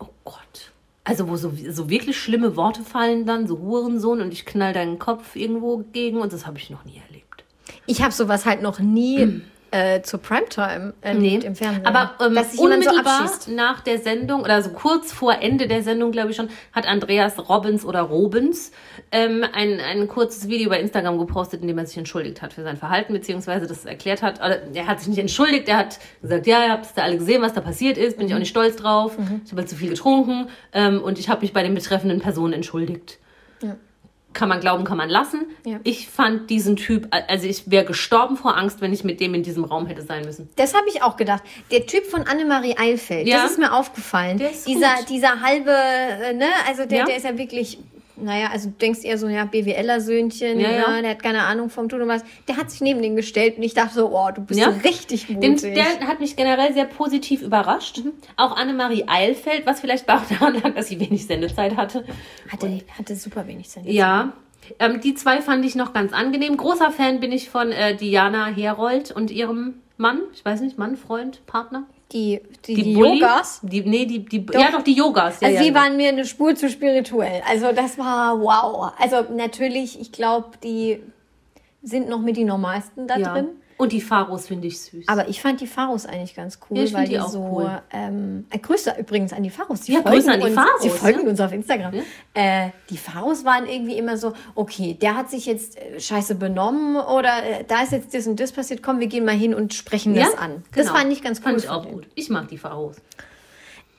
Oh Gott. Also, wo so, so wirklich schlimme Worte fallen dann, so Hurensohn und ich knall deinen Kopf irgendwo gegen und das habe ich noch nie erlebt.
Ich habe sowas halt noch nie äh, zur Primetime äh, im Fernsehen.
Aber ähm,
dass sich jemand so
unmittelbar
abschießt.
nach der Sendung oder so kurz vor Ende der Sendung, glaube ich schon, hat Andreas Robbins oder Robins ähm, ein, ein kurzes Video bei Instagram gepostet, in dem er sich entschuldigt hat für sein Verhalten, beziehungsweise das erklärt hat. Also, er hat sich nicht entschuldigt, er hat gesagt, ja, ihr habt es da alle gesehen, was da passiert ist,
Mhm.
bin ich auch nicht stolz drauf, ich habe halt zu viel getrunken ähm, und ich habe mich bei den betreffenden Personen entschuldigt. kann man glauben, kann man lassen.
Ja.
Ich fand diesen Typ, also ich wäre gestorben vor Angst, wenn ich mit dem in diesem Raum hätte sein müssen.
Das habe ich auch gedacht. Der Typ von Annemarie Eilfeld,
Ja.
das ist mir aufgefallen.
Der ist
dieser,
gut.
dieser halbe, äh, ne, also der,
Ja.
der ist ja wirklich, naja, also du denkst eher so, ja, BWLer-Söhnchen,
Ja,
ja,
ja.
ne, der hat keine Ahnung vom Tun und was. Der hat sich neben den gestellt und ich dachte so, oh, du bist
Ja.
richtig
Den,
mutig.
der hat mich generell sehr positiv überrascht. Auch Annemarie Eilfeld, was vielleicht auch daran lag, dass sie wenig Sendezeit hatte.
hatte, hatte super wenig Sinn.
Ja. Ähm, die zwei fand ich noch ganz angenehm. Großer Fan bin ich von äh, Diana Herold und ihrem Mann. Ich weiß nicht, Mann, Freund, Partner.
Die, die,
Die
die
Bulli?
Yogas.
Die, nee, die, die, ja doch, die Yogas. Ja,
Also
ja,
sie
ja.
waren mir eine Spur zu spirituell. Also das war wow. Also natürlich, ich glaube, die sind noch mit die normalsten da
Ja.
drin.
Und die Pharos finde ich süß.
Aber ich fand die Pharos eigentlich ganz cool,
Ja, ich find
weil
die
die,
auch
so.
cool.
Ähm, äh, Grüße übrigens an die Pharos. Die
Ja,
folgen
Grüße an die
uns,
Pharos,
Die folgen
ja.
uns auf Instagram. Äh, die Pharos waren irgendwie immer so: okay, der hat sich jetzt äh, scheiße benommen oder äh, da ist jetzt das und das passiert. Komm, wir gehen mal hin und sprechen das an. Das
genau.
fand ich ganz cool.
Fand ich
von
auch
denen.
gut. Ich mag die Pharos.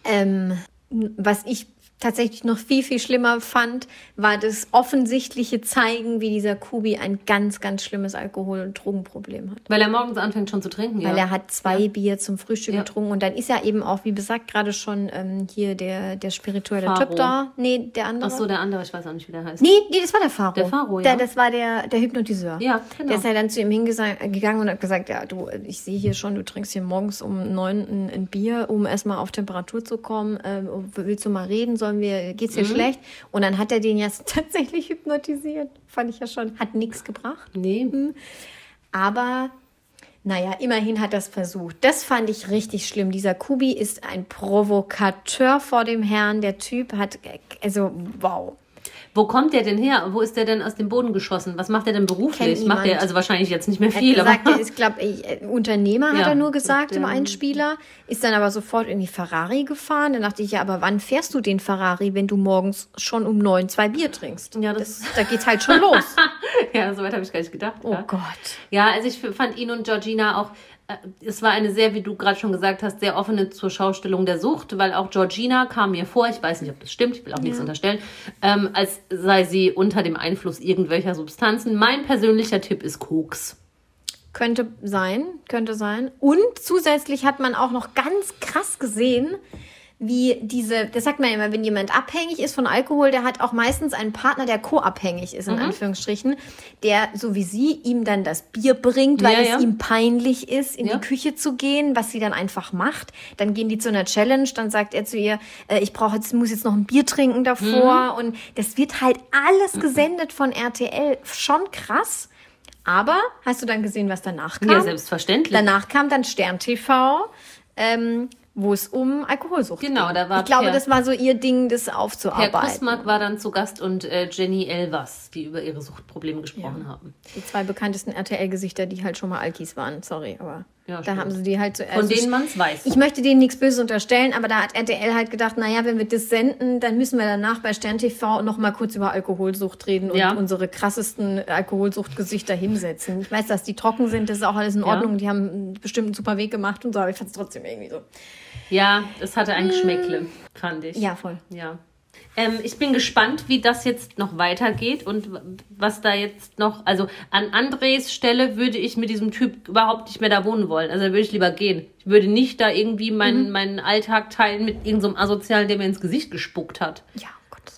Ähm, was ich tatsächlich noch viel, viel schlimmer fand, war das offensichtliche Zeigen, wie dieser Kubi ein ganz, ganz schlimmes Alkohol- und Drogenproblem hat.
Weil er morgens anfängt schon zu trinken,
Weil
ja.
er hat zwei Bier zum Frühstück
Ja.
getrunken und dann ist ja eben auch, wie besagt, gerade schon ähm, hier der, der spirituelle
Faro.
Typ da. Nee, der andere.
Ach so, der andere, ich weiß auch nicht, wie der heißt.
nee, nee, das war der Faro.
Der Faro,
Der-
ja.
Das war der, der Hypnotiseur.
Ja, genau.
Der ist ja dann zu ihm hingegangen und hat gesagt, ja, du, ich sehe hier schon, du trinkst hier morgens um neun ein, ein Bier, um erstmal auf Temperatur zu kommen. Ähm, willst du mal reden? Sollen wir, geht's
Mhm.
dir schlecht? Und dann hat er den ja tatsächlich hypnotisiert. Fand ich ja schon. Hat nichts gebracht.
Nee.
Aber naja, immerhin hat das versucht. Das fand ich richtig schlimm. Dieser Kubi ist ein Provokateur vor dem Herrn. Der Typ hat, also wow.
Wo kommt der denn her? Wo ist der denn aus dem Boden geschossen? Was macht er denn beruflich?
Kennt
Macht er
niemand.
also wahrscheinlich jetzt nicht mehr
Er hat
viel,
gesagt,
aber
er ist, glaube ich, äh, Unternehmer, hat
Ja, Ähm,
er nur gesagt im
der-
Einspieler. Ist dann aber sofort irgendwie Ferrari gefahren. Dann dachte ich, ja, aber wann fährst du den Ferrari, wenn du morgens schon um neun zwei Bier trinkst?
Ja, das-
da geht halt schon los.
ja, so weit habe ich gar nicht gedacht.
Oh
ja.
Gott.
Ja, also ich fand ihn und Georgina auch, äh, es war eine sehr, wie du gerade schon gesagt hast, sehr offene zur Schaustellung der Sucht, weil auch Georgina kam mir vor, ich weiß nicht, ob das stimmt, ich will auch nichts unterstellen, ähm, als sei sie unter dem Einfluss irgendwelcher Substanzen. Mein persönlicher Tipp ist Koks.
Könnte sein, könnte sein. Und zusätzlich hat man auch noch ganz krass gesehen, wie diese, das sagt man ja immer, wenn jemand abhängig ist von Alkohol, der hat auch meistens einen Partner, der co-abhängig
Mhm.
ist, in Anführungsstrichen, der, so wie sie, ihm dann das Bier bringt, weil
Ja,
es
ja.
ihm peinlich ist, in
Ja.
die Küche zu gehen, was sie dann einfach macht. Dann gehen die zu einer Challenge, dann sagt er zu ihr, äh, ich brauche jetzt, muss jetzt noch ein Bier trinken davor.
Mhm.
Und das wird halt alles gesendet von RTL. Schon krass. Aber hast du dann gesehen, was danach kam?
Ja, selbstverständlich.
Danach kam dann Stern TV, ähm, wo es um Alkoholsucht
Genau,
ging.
da war
Ich glaube,
Per-
das war so ihr Ding, das
Herr
aufzuarbeiten.
Kusmak war dann zu Gast und äh, Jenny Elvers, die über ihre Suchtprobleme gesprochen haben.
Die zwei bekanntesten RTL-Gesichter, die halt schon mal Alkis waren. Sorry, aber
Ja,
da
stimmt.
haben sie die halt zuerst.
Von denen man es weiß.
Ich möchte denen nichts Böses unterstellen, aber da hat RTL halt gedacht, naja, wenn wir das senden, dann müssen wir danach bei Stern TV noch mal kurz über Alkoholsucht reden und
Ja.
unsere krassesten Alkoholsuchtgesichter hinsetzen. Ich weiß, dass die trocken sind, das ist auch alles in Ordnung. Die haben bestimmt einen super Weg gemacht und so, aber ich fand es trotzdem irgendwie so.
Ja, es hatte ein Geschmäckle, fand ich.
Mm. Ja, voll.
Ja. Ähm, ich bin gespannt, wie das jetzt noch weitergeht und w- was da jetzt noch. Also an Andres Stelle würde ich mit diesem Typ überhaupt nicht mehr da wohnen wollen. Also da würde ich lieber gehen. Ich würde nicht da irgendwie
Mhm.
meinen, meinen Alltag teilen mit irgendeinem so einem Asozialen, der mir ins Gesicht gespuckt hat.
Ja, oh Gott.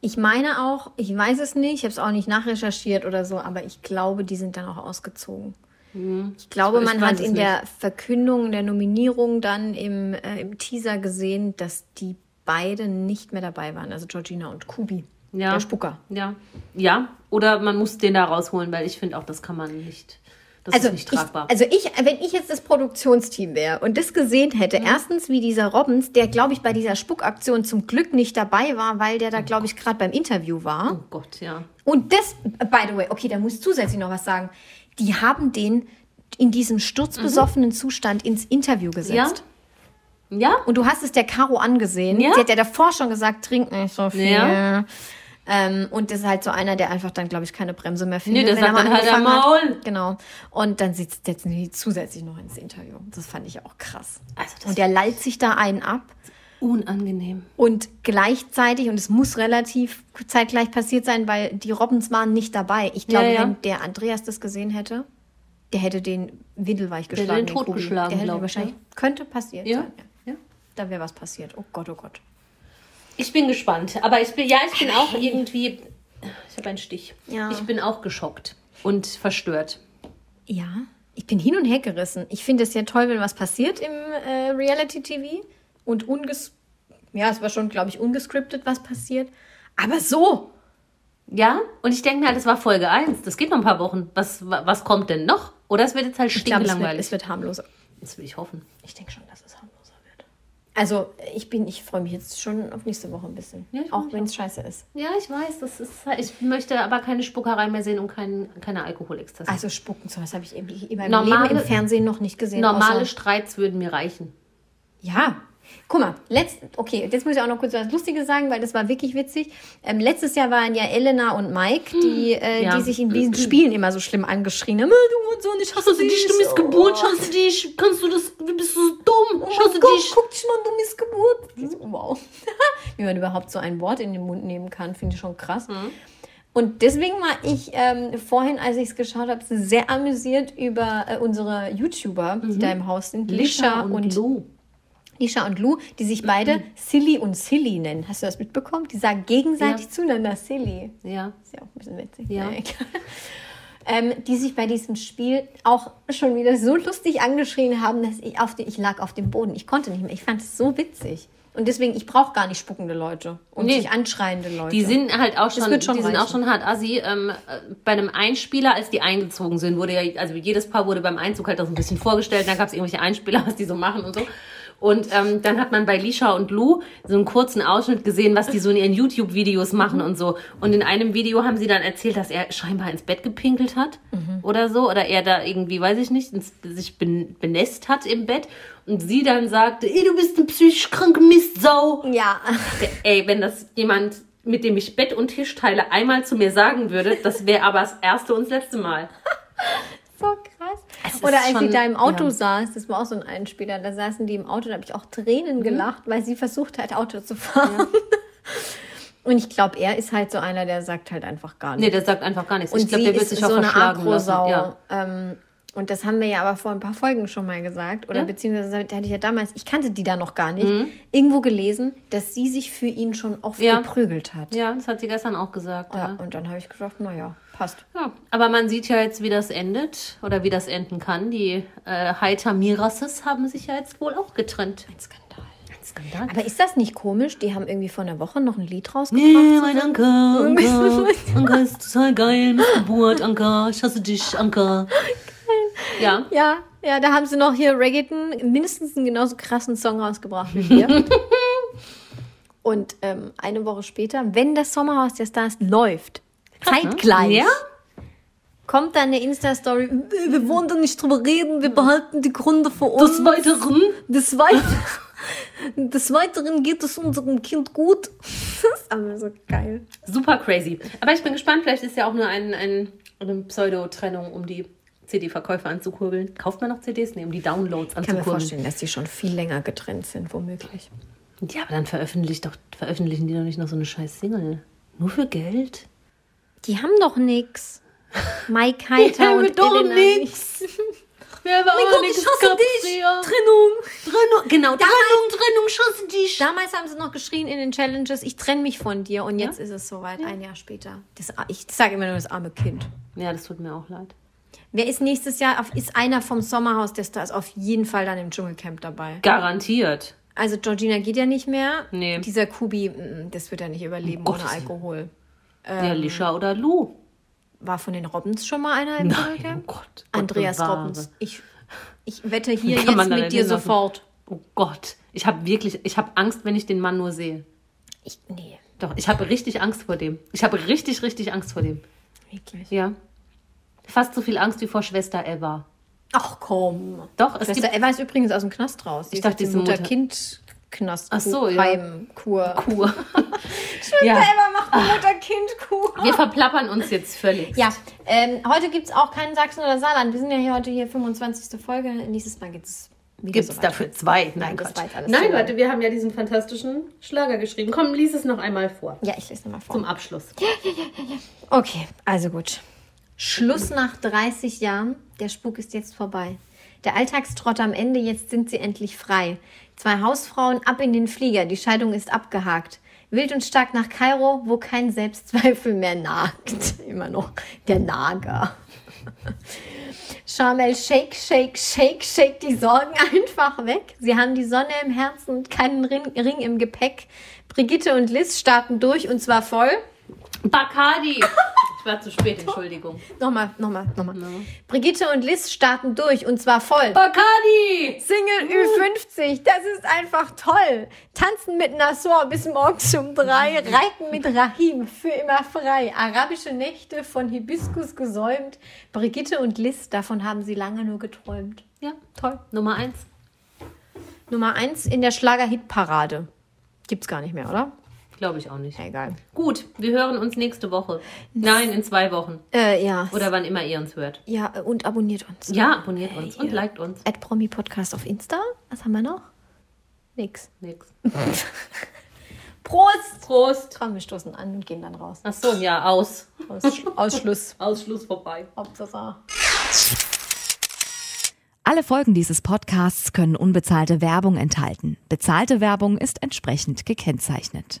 Ich meine auch, ich weiß es nicht, ich habe es auch nicht nachrecherchiert oder so, aber ich glaube, die sind dann auch ausgezogen. Ich glaube,
Mhm. Ich
man
weiß
hat
es
in der Verkündung, in der Nominierung dann im, äh, im Teaser gesehen, dass die beiden nicht mehr dabei waren, also Georgina und Kubi,
Ja.
der Spucker.
Ja. Ja. Oder man muss den da rausholen, weil ich finde auch, das kann man nicht. Das
Also
ist nicht
ich,
tragbar.
also ich, wenn ich jetzt das Produktionsteam wäre und das gesehen hätte, erstens wie dieser Robbins, der glaube ich bei dieser Spuckaktion zum Glück nicht dabei war, weil der da
Mhm.
glaube ich gerade beim Interview war.
oh Gott, ja.
Und das, by the way, okay, da muss ich zusätzlich noch was sagen. Die haben den in diesem sturzbesoffenen
Mhm.
Zustand ins Interview gesetzt.
Ja?
Und du hast es der Caro angesehen.
Ja.
Sie hat ja davor schon gesagt, trink nicht so viel.
Ja.
Ähm, und das ist halt so einer, der einfach dann, glaube ich, keine Bremse mehr findet.
Nee, der
wenn er
sagt
mal
dann halt am
angefangen
Maul.
Hat. Genau. Und dann sitzt- setzen die zusätzlich noch ins Interview. Das fand ich auch krass.
Also das
und der lallt sich da einen ab.
Unangenehm.
Und gleichzeitig, und es muss relativ zeitgleich passiert sein, weil die Robbins waren nicht dabei. Ich glaube,
Ja, ja.
wenn der Andreas das gesehen hätte, der hätte den windelweich geschlagen.
den
Kubi.
totgeschlagen,
der hätte
glaub
den
ich, ne?
wahrscheinlich. Könnte passiert
Ja.
sein. Ja.
ja.
Da wäre was passiert. Oh Gott, oh Gott.
Ich bin gespannt, aber ich bin ja, ich bin auch irgendwie ich habe einen Stich.
Ja.
Ich bin auch geschockt und verstört.
Ja, ich bin hin und her gerissen. Ich finde es ja toll, wenn was passiert im äh, Reality-TV und unges... Ja, es war schon, glaube ich, ungescriptet, was passiert. Aber so,
Ja, und ich denke mir, halt, das war Folge 1, das geht noch ein paar Wochen. Was was kommt denn noch? Oder es wird jetzt halt
ich glaube, es, wird-
stinklangweilig.
es wird harmloser.
Das will ich hoffen.
Ich denke schon, dass es harmloser wird. Also ich bin, ich freue mich jetzt schon auf nächste Woche ein bisschen.
Ja, ich freu
auch
mich
wenn es scheiße ist.
Ja, ich weiß, das ist halt, ich möchte aber keine Spuckerei mehr sehen und kein, keine Alkoholexzesse.
Also spucken, sowas habe ich eben in meinem
Normale-
Leben im Fernsehen noch nicht gesehen.
Normale
außer-
Streits würden mir reichen.
Ja. Guck mal, letzt, okay, jetzt muss ich auch noch kurz was Lustiges sagen, weil das war wirklich witzig. Ähm, letztes Jahr waren ja Elena und Mike, die, äh,
Hm. Ja.
die sich in diesen Spielen immer so schlimm angeschrien haben. "Ah, Du und so, ich hasse dich. oh.
schaust du dich, kannst du das, bist du so dumm,
Oh mein Gott, guck dich mal, du Missgeburt. Ich so, Wow. Wie man überhaupt so ein Wort in den Mund nehmen kann, finde ich schon krass. Und deswegen war ich ähm, vorhin, als ich es geschaut habe, sehr amüsiert über äh, unsere YouTuber, die da im Haus sind, Mhm. Lisha und, Mhm.
Lou.
Lisha und Lou, die sich beide Silly und Silly nennen. Hast du das mitbekommen? Die sagen gegenseitig
Ja.
zueinander Silly.
Ja.
Ist ja auch ein bisschen witzig.
Ja.
Na, egal. Ähm, die sich bei diesem Spiel auch schon wieder so lustig angeschrien haben, dass ich auf den, ich lag auf dem Boden. Ich konnte nicht mehr. Ich fand es so witzig. Und deswegen, ich brauche gar nicht spuckende Leute und
Nee.
nicht anschreiende Leute.
Die sind halt auch schon,
wird schon
die sind
reichen.
auch schon hart assi. Ähm, äh, bei einem Einspieler, als die eingezogen sind, wurde ja, also jedes Paar wurde beim Einzug halt auch so ein bisschen vorgestellt. Dann gab es irgendwelche Einspieler, was die so machen und so. Und ähm, dann hat man bei Lisha und Lou so einen kurzen Ausschnitt gesehen, was die so in ihren YouTube-Videos machen und so. Und in einem Video haben sie dann erzählt, dass er scheinbar ins Bett gepinkelt hat
Mhm.
oder so. Oder er da irgendwie, weiß ich nicht, ins, sich ben, benässt hat im Bett. Und sie dann sagte, ey, du bist eine psychisch kranke Mistsau.
ja,
Ey, wenn das jemand, mit dem ich Bett und Tisch teile, einmal zu mir sagen würde, das wäre aber das erste und das letzte Mal.
so krass.
Es ist
Oder als sie
schon-
da im Auto
ja.
saß, das war auch so ein Einspieler, da saßen die im Auto, da habe ich auch Tränen
Mhm.
gelacht, weil sie versucht hat, Auto zu fahren. Und ich glaube, er ist halt so einer, der sagt halt einfach gar nichts.
Nee, der sagt einfach gar nichts.
Und
ich glaube,
sie
der wird
ist
sich
so
auch
eine
verschlagen lassen.
Agrosau.
Ja.
Ähm, und das haben wir ja aber vor ein paar Folgen schon mal gesagt. Oder
Ja. Mhm.
beziehungsweise da hatte ich ja damals, ich kannte die da noch gar nicht, irgendwo gelesen, dass sie sich für ihn schon oft
Ja.
geprügelt hat.
ja, das hat sie gestern auch gesagt.
Ja,
Ja.
und dann habe ich gedacht, naja, passt.
Ja. Aber man sieht ja jetzt, wie das endet oder wie das enden kann. Die äh, Heiter Mirases haben sich ja jetzt wohl auch getrennt.
Ein Skandal.
Ein Skandal.
Aber ist das nicht komisch? Die haben irgendwie vor einer Woche noch ein Lied rausgebracht.
Nee, mein Anker, Anker. Anker ist total geil. Geburt, Anker. Ich hasse dich, Anker. Ja.
Ja, ja, da haben sie noch hier Reggaeton mindestens einen genauso krassen Song rausgebracht wie wir. Und ähm, eine Woche später, wenn das Sommerhaus der Stars läuft,
ne?
zeitgleich,
Hm? Ja?
kommt dann eine Insta-Story, wir wir wollen da nicht drüber reden, wir behalten die Gründe für uns.
Des Weiteren
Des, Wei- des Weiteren geht es unserem Kind gut. Das ist aber so geil.
Super crazy. Aber ich bin gespannt, vielleicht ist ja auch nur ein, ein, eine Pseudo-Trennung, um die CD-Verkäufe anzukurbeln. Kauft man noch CDs? Nee, um die Downloads
Ich kann mir
anzukurbeln.
vorstellen, dass die schon viel länger getrennt sind, womöglich.
Ja, aber dann veröffentlicht doch, veröffentlichen die doch nicht noch so eine scheiß Single. Nur für Geld?
Die haben doch nix. Mike Heiter
haben
und
doch
Elena
nix.
nicht.
Wer war
Mein Gott, ich hasse dich. Trennung.
Trennung, genau, Trennung, Trennung, schuss dich.
Damals haben sie noch geschrien in den Challenges, ich trenne mich von dir. Und jetzt ist es soweit, ein Jahr später. Das, a- ich sage immer nur das arme Kind.
Ja, das tut mir auch leid.
Wer ist nächstes Jahr, auf, ist einer vom Sommerhaus der Stars auf jeden Fall dann im Dschungelcamp dabei.
Garantiert.
Also Georgina geht ja nicht mehr.
Nee.
Dieser Kubi, mm, das wird er nicht überleben
Um
ohne
Gottes Willen.
Alkohol.
ja,
Ähm,
Lisha oder Lou.
War von den Robbins schon mal einer im
Nein,
Dschungelcamp?
oh Gott.
Andreas
Gott bewahre.
Robbins. Ich, ich wette hier
Kann man
jetzt
da
mit
nicht
dir
hinlassen.
sofort.
Oh Gott. Ich habe wirklich, ich habe Angst, wenn ich den Mann nur sehe.
Ich, nee,
Doch, ich habe richtig Angst vor dem. Ich habe richtig, richtig Angst vor dem.
wirklich.
Ja. Fast so viel Angst wie vor Schwester Eva.
Ach komm.
Doch, es
Schwester
gibt
Eva ist übrigens aus dem Knast raus.
Ich dachte, die ist eine Mutter.
Mutter-Kind-Knast.
Ach so, ja.
Heimkur.
Kur. ja.
Eva macht eine Mutter-Kind-Kur.
Wir verplappern uns jetzt völlig.
Ja, ähm, heute gibt es auch keinen Sachsen oder Saarland. Wir sind ja hier heute hier 25. Folge. Nächstes Mal gibt es
Gibt es dafür zwei? Nein,
das
Quatsch.
war jetzt alles zu
Nein
lang.
Leute, wir haben ja diesen fantastischen Schlager geschrieben. Komm, lies es noch einmal vor.
Ja, ich lese nochmal vor.
Zum Abschluss.
Okay, also gut. Schluss nach 30 Jahren. Der Spuk ist jetzt vorbei. Der Alltagstrott am Ende, jetzt sind sie endlich frei. Zwei Hausfrauen ab in den Flieger, die Scheidung ist abgehakt. Wild und stark nach Kairo, wo kein Selbstzweifel mehr nagt. Immer noch der Nager. Charmel, shake, shake, shake, shake die Sorgen einfach weg. Sie haben die Sonne im Herzen und keinen Ring, Ring im Gepäck. Brigitte und Liz starten durch und zwar voll.
Bacardi.
Ich war zu spät, Entschuldigung.
Nochmal, nochmal, nochmal. Brigitte und Liz starten durch und zwar voll.
Bacardi!
Single Ü50, das ist einfach toll. Tanzen mit Nassor bis morgens um drei, reiten mit Rahim für immer frei. Arabische Nächte von Hibiskus gesäumt. Brigitte und Liz, davon haben sie lange nur geträumt.
Ja, toll. Nummer eins.
Nummer eins in der Schlager-Hitparade. Gibt's gar nicht mehr, oder?
Glaube ich auch nicht.
Egal.
Gut, wir hören uns nächste Woche. Nein, in zwei Wochen.
Äh, ja.
Oder wann immer ihr uns hört.
ja, und abonniert uns.
Ja, abonniert uns und liked uns.
At Promi Podcast auf Insta. Was haben wir noch? Nix.
Nix.
Prost!
Prost.
Komm, wir stoßen an und gehen dann raus.
Ach so, ja, aus.
Aus, Ausschluss.
Ausschluss vorbei.
Hauptsache.
Alle Folgen dieses Podcasts können unbezahlte Werbung enthalten. Bezahlte Werbung ist entsprechend gekennzeichnet.